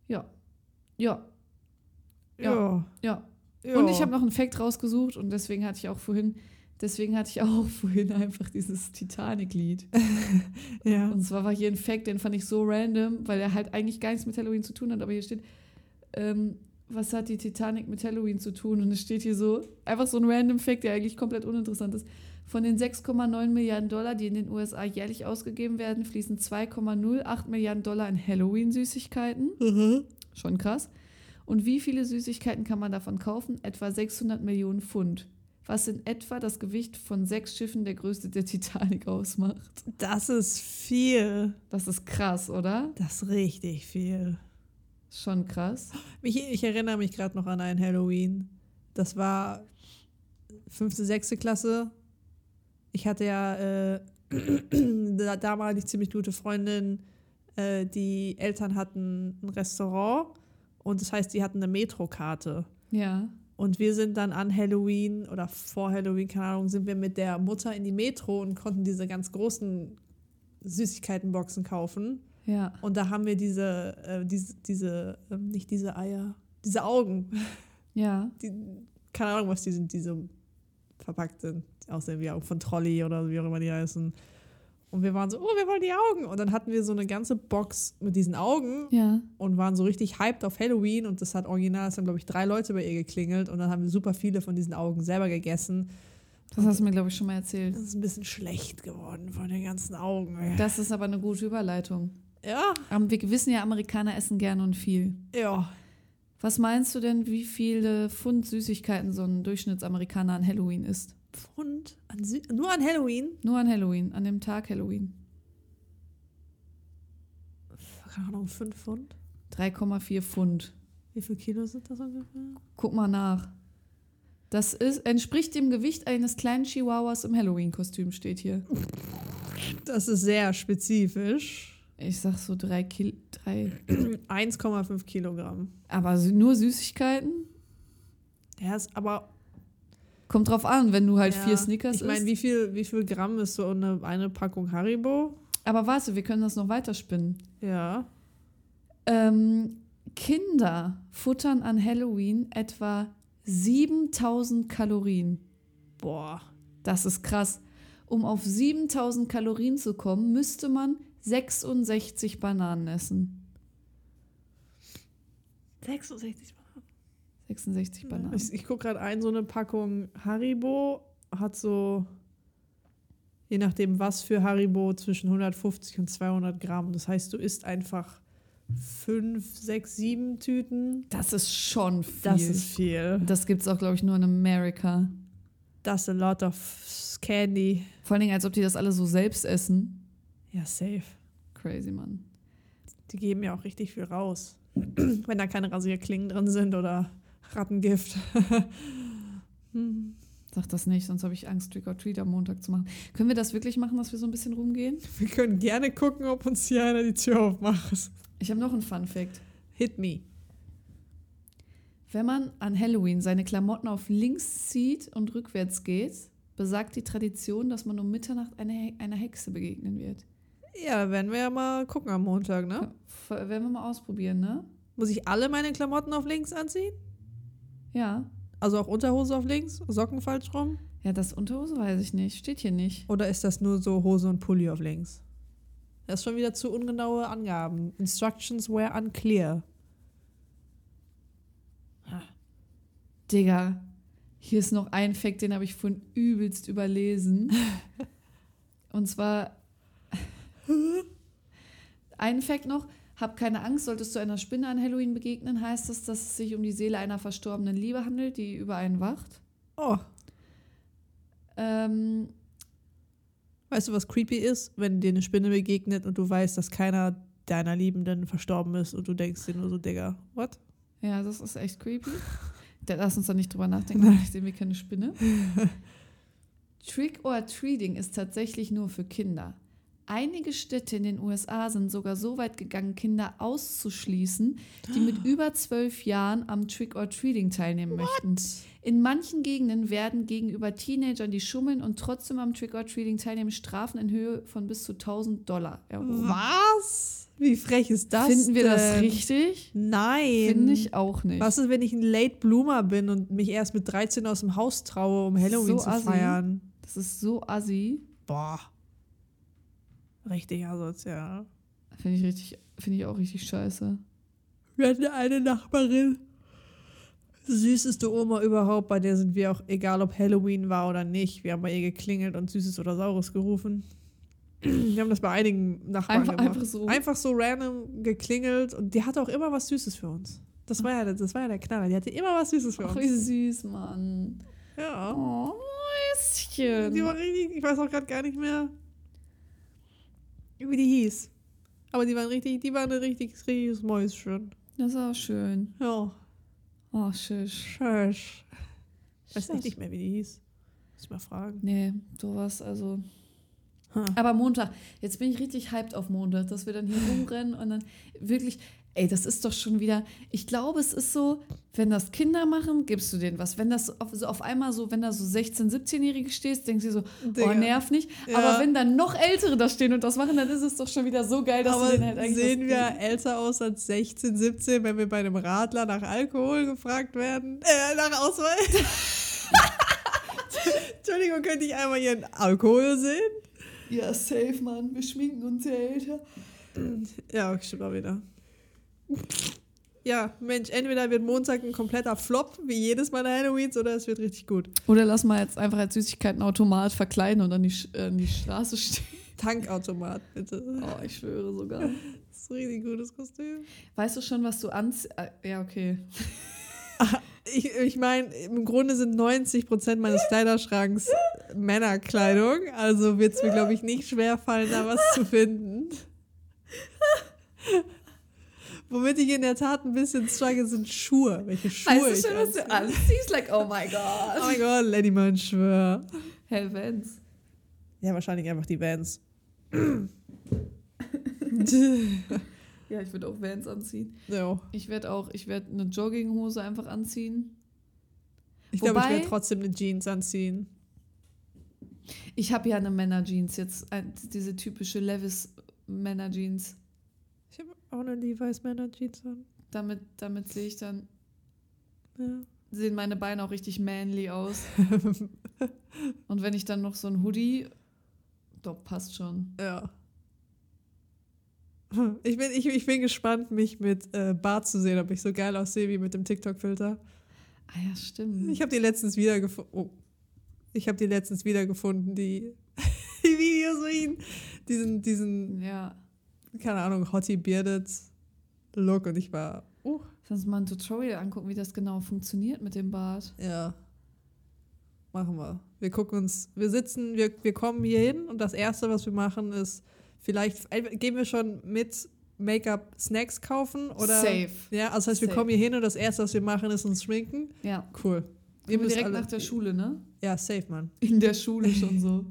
Speaker 2: Ja. Ja.
Speaker 1: Ja.
Speaker 2: Ja.
Speaker 1: ja.
Speaker 2: Und ich habe noch einen Fact rausgesucht und deswegen hatte ich auch vorhin, deswegen hatte ich auch vorhin einfach dieses Titanic-Lied.
Speaker 1: Ja.
Speaker 2: Und zwar war hier ein Fact, den fand ich so random, weil er halt eigentlich gar nichts mit Halloween zu tun hat, aber hier steht, ähm, was hat die Titanic mit Halloween zu tun? Und es steht hier so, einfach so ein random Fact, der eigentlich komplett uninteressant ist. Von den 6,9 Milliarden Dollar, die in den USA jährlich ausgegeben werden, fließen 2,08 Milliarden Dollar in Halloween-Süßigkeiten.
Speaker 1: Mhm.
Speaker 2: Schon krass. Und wie viele Süßigkeiten kann man davon kaufen? Etwa 600 Millionen Pfund. Was in etwa das Gewicht von sechs Schiffen der Größe der Titanic ausmacht.
Speaker 1: Das ist viel.
Speaker 2: Das ist krass, oder?
Speaker 1: Das ist richtig viel.
Speaker 2: Schon krass.
Speaker 1: Ich, ich erinnere mich gerade noch an ein Halloween. Das war fünfte, sechste Klasse. Ich hatte ja äh, da- damalig ziemlich gute Freundin, äh, die Eltern hatten ein Restaurant und das heißt, die hatten eine Metrokarte.
Speaker 2: Ja.
Speaker 1: Und wir sind dann an Halloween oder vor Halloween, keine Ahnung, sind wir mit der Mutter in die Metro und konnten diese ganz großen Süßigkeitenboxen kaufen.
Speaker 2: Ja.
Speaker 1: Und da haben wir diese, äh, diese, diese ähm, nicht diese Eier, diese Augen.
Speaker 2: Ja.
Speaker 1: Die, keine Ahnung, was die sind, die so verpackt sind. Aussehen wie Augen von Trolli oder wie auch immer die heißen. Und wir waren so, oh, wir wollen die Augen. Und dann hatten wir so eine ganze Box mit diesen Augen
Speaker 2: Ja.
Speaker 1: und waren so richtig hyped auf Halloween. Und das hat original, es haben, glaube ich, drei Leute bei ihr geklingelt. Und dann haben wir super viele von diesen Augen selber gegessen.
Speaker 2: Das hast du mir, glaube ich, schon mal erzählt.
Speaker 1: Das ist ein bisschen schlecht geworden von den ganzen Augen.
Speaker 2: Das ist aber eine gute Überleitung.
Speaker 1: Ja,
Speaker 2: Aber wir wissen ja, Amerikaner essen gerne und viel.
Speaker 1: ja.
Speaker 2: Was meinst du denn, wie viele Pfund Süßigkeiten so ein Durchschnittsamerikaner an Halloween isst?
Speaker 1: Pfund. An Sü nur an Halloween?
Speaker 2: Nur an Halloween, an dem Tag Halloween.
Speaker 1: Keine Ahnung, 5 Pfund.
Speaker 2: 3,4 Pfund.
Speaker 1: Wie viel Kilo sind das ungefähr?
Speaker 2: Guck mal nach. Das ist, entspricht dem Gewicht eines kleinen Chihuahuas im Halloween-Kostüm, steht hier.
Speaker 1: Das ist sehr spezifisch.
Speaker 2: Ich sag so drei Kil drei.
Speaker 1: 1,5 Kilogramm.
Speaker 2: Aber sü- nur Süßigkeiten?
Speaker 1: Ja, ist aber.
Speaker 2: Kommt drauf an, wenn du halt
Speaker 1: ja,
Speaker 2: vier Snickers
Speaker 1: Ich meine,
Speaker 2: isst.
Speaker 1: wie viel, wie viel Gramm ist so eine, eine Packung Haribo?
Speaker 2: Aber warte, wir können das noch weiterspinnen.
Speaker 1: Ja.
Speaker 2: Ähm, Kinder futtern an Halloween etwa 7000 Kalorien.
Speaker 1: Boah.
Speaker 2: Das ist krass. Um auf 7000 Kalorien zu kommen, müsste man 66 Bananen essen.
Speaker 1: 66 Mal.
Speaker 2: 66 Bananen.
Speaker 1: Ich, ich gucke gerade ein, so eine Packung Haribo hat so. Je nachdem, was für Haribo zwischen 150 und 200 Gramm. Das heißt, du isst einfach 5, 6, 7 Tüten.
Speaker 2: Das ist schon viel.
Speaker 1: Das ist viel.
Speaker 2: das gibt es auch, glaube ich, nur in Amerika.
Speaker 1: That's a lot of candy.
Speaker 2: Vor allen Dingen, als ob die das alle so selbst essen.
Speaker 1: Ja, safe.
Speaker 2: Crazy, Mann.
Speaker 1: Die geben ja auch richtig viel raus. Wenn da keine Rasierklingen drin sind oder Rattengift. Hm.
Speaker 2: Sag das nicht, sonst habe ich Angst, Trick or Treat am Montag zu machen. Können wir das wirklich machen, dass wir so ein bisschen rumgehen?
Speaker 1: Wir können gerne gucken, ob uns hier einer die Tür aufmacht.
Speaker 2: Ich habe noch einen Fun Fact.
Speaker 1: Hit me.
Speaker 2: Wenn man an Halloween seine Klamotten auf links zieht und rückwärts geht, besagt die Tradition, dass man um Mitternacht einer He einer Hexe begegnen wird.
Speaker 1: Ja, werden wir ja mal gucken am Montag, ne?
Speaker 2: F- Werden wir mal ausprobieren, ne?
Speaker 1: Muss ich alle meine Klamotten auf links anziehen?
Speaker 2: Ja.
Speaker 1: Also auch Unterhose auf links, Socken falsch rum?
Speaker 2: Ja, das Unterhose weiß ich nicht. Steht hier nicht.
Speaker 1: Oder ist das nur so Hose und Pulli auf links? Das ist schon wieder zu ungenaue Angaben. Instructions were unclear.
Speaker 2: Digga, hier ist noch ein Fact, den habe ich vorhin übelst überlesen. Und zwar ein Fact noch, hab keine Angst, solltest du einer Spinne an Halloween begegnen, heißt das, dass es sich um die Seele einer verstorbenen Liebe handelt, die über einen wacht.
Speaker 1: Oh,
Speaker 2: Ähm,
Speaker 1: Weißt du, was creepy ist? Wenn dir eine Spinne begegnet und du weißt, dass keiner deiner Liebenden verstorben ist und du denkst dir nur so, Digga, what?
Speaker 2: ja, das ist echt creepy. Da lass uns doch nicht drüber nachdenken, ich sehe mir keine Spinne. Trick or Treating ist tatsächlich nur für Kinder. Einige Städte in den USA sind sogar so weit gegangen, Kinder auszuschließen, die mit über zwölf Jahren am Trick or Treating teilnehmen möchten. In manchen Gegenden werden gegenüber Teenagern, die schummeln und trotzdem am Trick or Treating teilnehmen, Strafen in Höhe von bis zu 1000 Dollar erhoben.
Speaker 1: Was? Wie frech ist das?
Speaker 2: Finden wir das
Speaker 1: denn?
Speaker 2: richtig?
Speaker 1: Nein.
Speaker 2: Finde ich auch nicht.
Speaker 1: Was ist, wenn ich ein Late Bloomer bin und mich erst mit 13 aus dem Haus traue, um Halloween
Speaker 2: So
Speaker 1: zu
Speaker 2: assi.
Speaker 1: feiern?
Speaker 2: Das ist so assi.
Speaker 1: Boah. Richtig asozial.
Speaker 2: Finde ich richtig, finde ich auch richtig scheiße.
Speaker 1: Wir hatten eine Nachbarin. Süßeste Oma überhaupt, bei der sind wir auch, egal ob Halloween war oder nicht. Wir haben bei ihr geklingelt und Süßes oder Saures gerufen. Wir haben das bei einigen Nachbarn
Speaker 2: Einfach,
Speaker 1: gemacht.
Speaker 2: einfach so.
Speaker 1: Einfach so random geklingelt und die hatte auch immer was Süßes für uns. Das war ja, das war ja der Knaller. Die hatte immer was Süßes für
Speaker 2: Ach,
Speaker 1: uns.
Speaker 2: wie süß, Mann.
Speaker 1: Ja.
Speaker 2: Oh,
Speaker 1: Die
Speaker 2: Mäuschen.
Speaker 1: war richtig, ich weiß auch gerade gar nicht mehr, wie die hieß. Aber die waren richtig, die waren ein richtig, richtiges Mäuschen.
Speaker 2: Das ist auch schön.
Speaker 1: Ja.
Speaker 2: Oh, schisch.
Speaker 1: Schösch. Weiß
Speaker 2: Schisch.
Speaker 1: echt nicht mehr, wie die hieß. Muss ich mal fragen.
Speaker 2: Nee, sowas, also.
Speaker 1: Hm.
Speaker 2: Aber Montag, jetzt bin ich richtig hyped auf Montag, dass wir dann hier rumrennen und dann wirklich. Ey, das ist doch schon wieder, ich glaube, es ist so, wenn das Kinder machen, gibst du denen was. Wenn das auf, so auf einmal so, wenn da so 16-, 17-Jährige stehst, denkst du so, oh,
Speaker 1: Digga.
Speaker 2: nerv nicht.
Speaker 1: Ja.
Speaker 2: Aber wenn dann noch Ältere da stehen und das machen, dann ist es doch schon wieder so geil, dass
Speaker 1: Aber
Speaker 2: du denen halt eigentlich
Speaker 1: sehen
Speaker 2: was
Speaker 1: wir älter aus als 16, 17, wenn wir bei einem Radler nach Alkohol gefragt werden? Äh, nach Auswahl? Entschuldigung, könnte ich einmal Ihren Alkohol sehen?
Speaker 2: Ja, safe, Mann. Wir schminken uns ja älter.
Speaker 1: Ja, stimmt auch wieder. Ja, Mensch, entweder wird Montag ein kompletter Flop, wie jedes Mal Halloweens, oder es wird richtig gut.
Speaker 2: Oder lass mal jetzt einfach als Süßigkeitenautomat verkleiden und an die, Sch- äh, an die Straße stehen.
Speaker 1: Tankautomat, bitte.
Speaker 2: Oh, ich schwöre sogar.
Speaker 1: Das ist ein richtig gutes Kostüm.
Speaker 2: Weißt du schon, was du anziehst? Ja, okay.
Speaker 1: Ich, ich meine, im Grunde sind 90% meines Kleiderschranks Männerkleidung, also wird es mir, glaube ich, nicht schwerfallen, da was zu finden. Womit ich in der Tat ein bisschen struggle, sind Schuhe. Welche Schuhe ich
Speaker 2: Weißt du schon, was
Speaker 1: anziehe.
Speaker 2: du anziehst? Like, oh my
Speaker 1: Oh
Speaker 2: god.
Speaker 1: mein Gott, Lenny Mann, schwör.
Speaker 2: Hey, Vance.
Speaker 1: Ja, wahrscheinlich einfach die Vans.
Speaker 2: Ja, ich würde auch Vans anziehen.
Speaker 1: so.
Speaker 2: Ich werde auch, ich werde eine Jogginghose einfach anziehen.
Speaker 1: Ich glaube, ich
Speaker 2: Wobei-
Speaker 1: werde trotzdem eine Jeans anziehen.
Speaker 2: Ich habe ja eine Männerjeans jetzt, ein- diese typische Levis Männerjeans.
Speaker 1: Ich habe auch eine Levi's Männer Jeans an.
Speaker 2: Damit, damit sehe ich dann,
Speaker 1: Ja.
Speaker 2: sehen meine Beine auch richtig manly aus. Und wenn ich dann noch so ein Hoodie, doch passt schon.
Speaker 1: ja. Hm, Ich bin, ich, ich bin gespannt, mich mit äh, Bart zu sehen, ob ich so geil aussehe wie mit dem TikTok-Filter.
Speaker 2: Ah ja, stimmt.
Speaker 1: Ich habe die letztens wiedergefunden. Oh. Ich habe die letztens wiedergefunden, die, die Videos von ihnen. Diesen, diesen,
Speaker 2: ja,
Speaker 1: keine Ahnung, Hottie Bearded Look. Und ich war, uh,
Speaker 2: sonst mal ein Tutorial angucken, wie das genau funktioniert mit dem Bart.
Speaker 1: Ja. Machen wir. Wir gucken uns, wir sitzen, wir, wir kommen hier hin und das Erste, was wir machen, ist, vielleicht ein- gehen wir schon mit Make-up Snacks kaufen oder.
Speaker 2: Safe.
Speaker 1: Ja, also das heißt, wir
Speaker 2: Safe.
Speaker 1: kommen hier hin und das Erste, was wir machen, ist uns schminken.
Speaker 2: Ja.
Speaker 1: Cool. Ihr
Speaker 2: Kommen wir
Speaker 1: müsst
Speaker 2: direkt
Speaker 1: alle-
Speaker 2: nach der Schule, ne?
Speaker 1: Ja, safe, Mann.
Speaker 2: In der Schule schon so.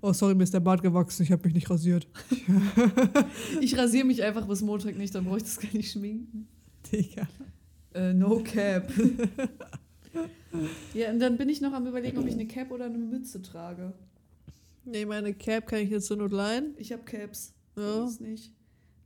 Speaker 1: Oh, sorry, mir ist der Bart gewachsen, ich habe mich nicht rasiert.
Speaker 2: Ich rasiere mich einfach bis Montag nicht, dann brauche ich das gar nicht schminken.
Speaker 1: Digga.
Speaker 2: Äh, no cap. ja, und dann bin ich noch am überlegen, ob ich eine Cap oder eine Mütze trage.
Speaker 1: Nee, meine Cap kann ich jetzt zur Not leihen.
Speaker 2: Ich habe Caps.
Speaker 1: Ja.
Speaker 2: Das nicht.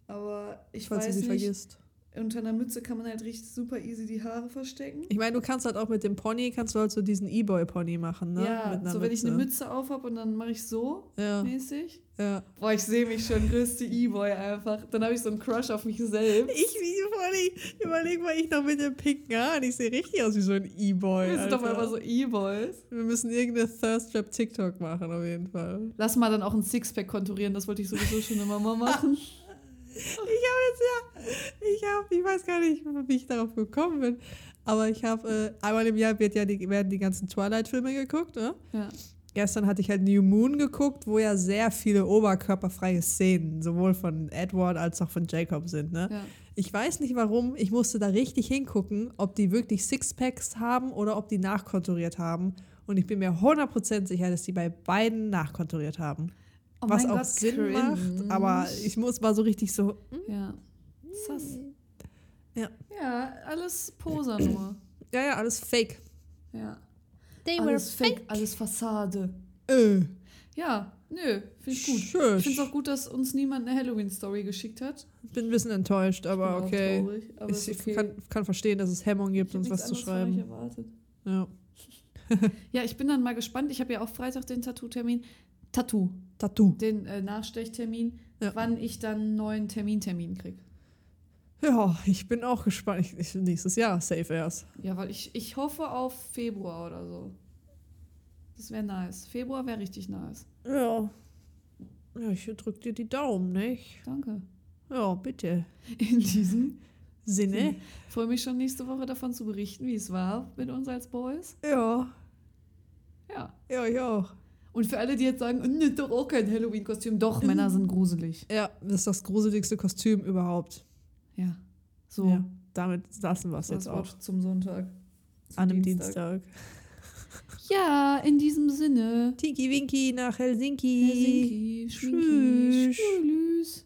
Speaker 2: Aber ich
Speaker 1: falls du
Speaker 2: weiß
Speaker 1: sie
Speaker 2: nicht,
Speaker 1: vergisst.
Speaker 2: unter einer Mütze kann man halt richtig super easy die Haare verstecken.
Speaker 1: Ich meine, du kannst halt auch mit dem Pony, kannst du halt so diesen E-Boy-Pony machen, ne? Mit
Speaker 2: ja,
Speaker 1: einer
Speaker 2: so wenn ich eine Mütze auf habe und dann mache ich so
Speaker 1: Ja,
Speaker 2: mäßig.
Speaker 1: ja.
Speaker 2: Boah, ich sehe mich schon, größte E-Boy einfach. Dann habe ich so einen Crush auf mich selbst.
Speaker 1: Ich wie vor allem, überleg mal, ich noch mit dem pinken Haaren. Ich sehe richtig aus wie so ein E-Boy.
Speaker 2: Wir sind doch mal
Speaker 1: Alter.
Speaker 2: immer so E-Boys.
Speaker 1: Wir müssen irgendeine Thirst Trap TikTok machen, auf jeden Fall.
Speaker 2: Lass mal dann auch ein Sixpack konturieren, das wollte ich sowieso schon immer mal machen.
Speaker 1: Ich habe jetzt ja, ich habe, ich weiß gar nicht, wie ich darauf gekommen bin, aber ich habe, äh, einmal im Jahr wird ja die, werden die ganzen Twilight-Filme geguckt, ne?
Speaker 2: Ja.
Speaker 1: Gestern hatte ich halt New Moon geguckt, wo ja sehr viele oberkörperfreie Szenen, sowohl von Edward als auch von Jacob sind, ne?
Speaker 2: Ja.
Speaker 1: Ich weiß nicht warum, ich musste da richtig hingucken, ob die wirklich Sixpacks haben oder ob die nachkonturiert haben. Und ich bin mir 100% sicher, dass die bei beiden nachkonturiert haben.
Speaker 2: Oh
Speaker 1: was
Speaker 2: mein
Speaker 1: auch
Speaker 2: Gott,
Speaker 1: Sinn
Speaker 2: cringe.
Speaker 1: macht, aber ich muss war so richtig so.
Speaker 2: Ja. Sass.
Speaker 1: Ja.
Speaker 2: Ja, alles Poser nur.
Speaker 1: Ja, ja, alles fake.
Speaker 2: Ja.
Speaker 1: They
Speaker 2: Alles fake, alles Fassade.
Speaker 1: Äh,
Speaker 2: Ja, nö, finde ich gut.
Speaker 1: Schön.
Speaker 2: Ich finde es auch gut, dass uns niemand eine Halloween-Story geschickt hat.
Speaker 1: bin ein bisschen enttäuscht, aber
Speaker 2: Bin auch
Speaker 1: okay.
Speaker 2: Traurig, aber
Speaker 1: Ich,
Speaker 2: ist okay.
Speaker 1: ich kann, kann verstehen, dass es Hemmung gibt,
Speaker 2: hab
Speaker 1: uns was
Speaker 2: nichts
Speaker 1: zu
Speaker 2: anderes von euch
Speaker 1: schreiben. Ja.
Speaker 2: erwartet. Ja, ich bin dann mal gespannt. Ich habe ja auch Freitag den Tattoo-Termin. Tattoo,
Speaker 1: Tattoo.
Speaker 2: den äh, Nachstechtermin,
Speaker 1: Ja.
Speaker 2: wann ich dann einen neuen Termin-Termin kriege.
Speaker 1: Ja, ich bin auch gespannt. Ich, ich, nächstes Jahr, safe erst.
Speaker 2: Ja, weil ich, ich hoffe auf Februar oder so. Das wäre nice. Februar wäre richtig nice.
Speaker 1: Ja. Ja, ich drück dir die Daumen, nicht?
Speaker 2: Danke.
Speaker 1: Ja, bitte.
Speaker 2: In diesem
Speaker 1: Sinne?
Speaker 2: freue mich schon nächste Woche davon zu berichten, wie es war mit uns als Boys.
Speaker 1: Ja,
Speaker 2: Ja.
Speaker 1: ja, ich auch.
Speaker 2: Und für alle, die jetzt sagen, "Mm, doch auch kein Halloween-Kostüm, doch,
Speaker 1: Mhm.
Speaker 2: Männer sind gruselig.
Speaker 1: Ja, das ist das gruseligste Kostüm überhaupt.
Speaker 2: Ja. So,
Speaker 1: Ja, damit lassen wir es
Speaker 2: das war
Speaker 1: jetzt
Speaker 2: das
Speaker 1: auch.
Speaker 2: Wort zum Sonntag. Zum
Speaker 1: An dem Dienstag.
Speaker 2: Ja, in diesem Sinne.
Speaker 1: Tiki Winki nach Helsinki.
Speaker 2: Helsinki, Schminki,
Speaker 1: Tschüss.
Speaker 2: Schmulüs.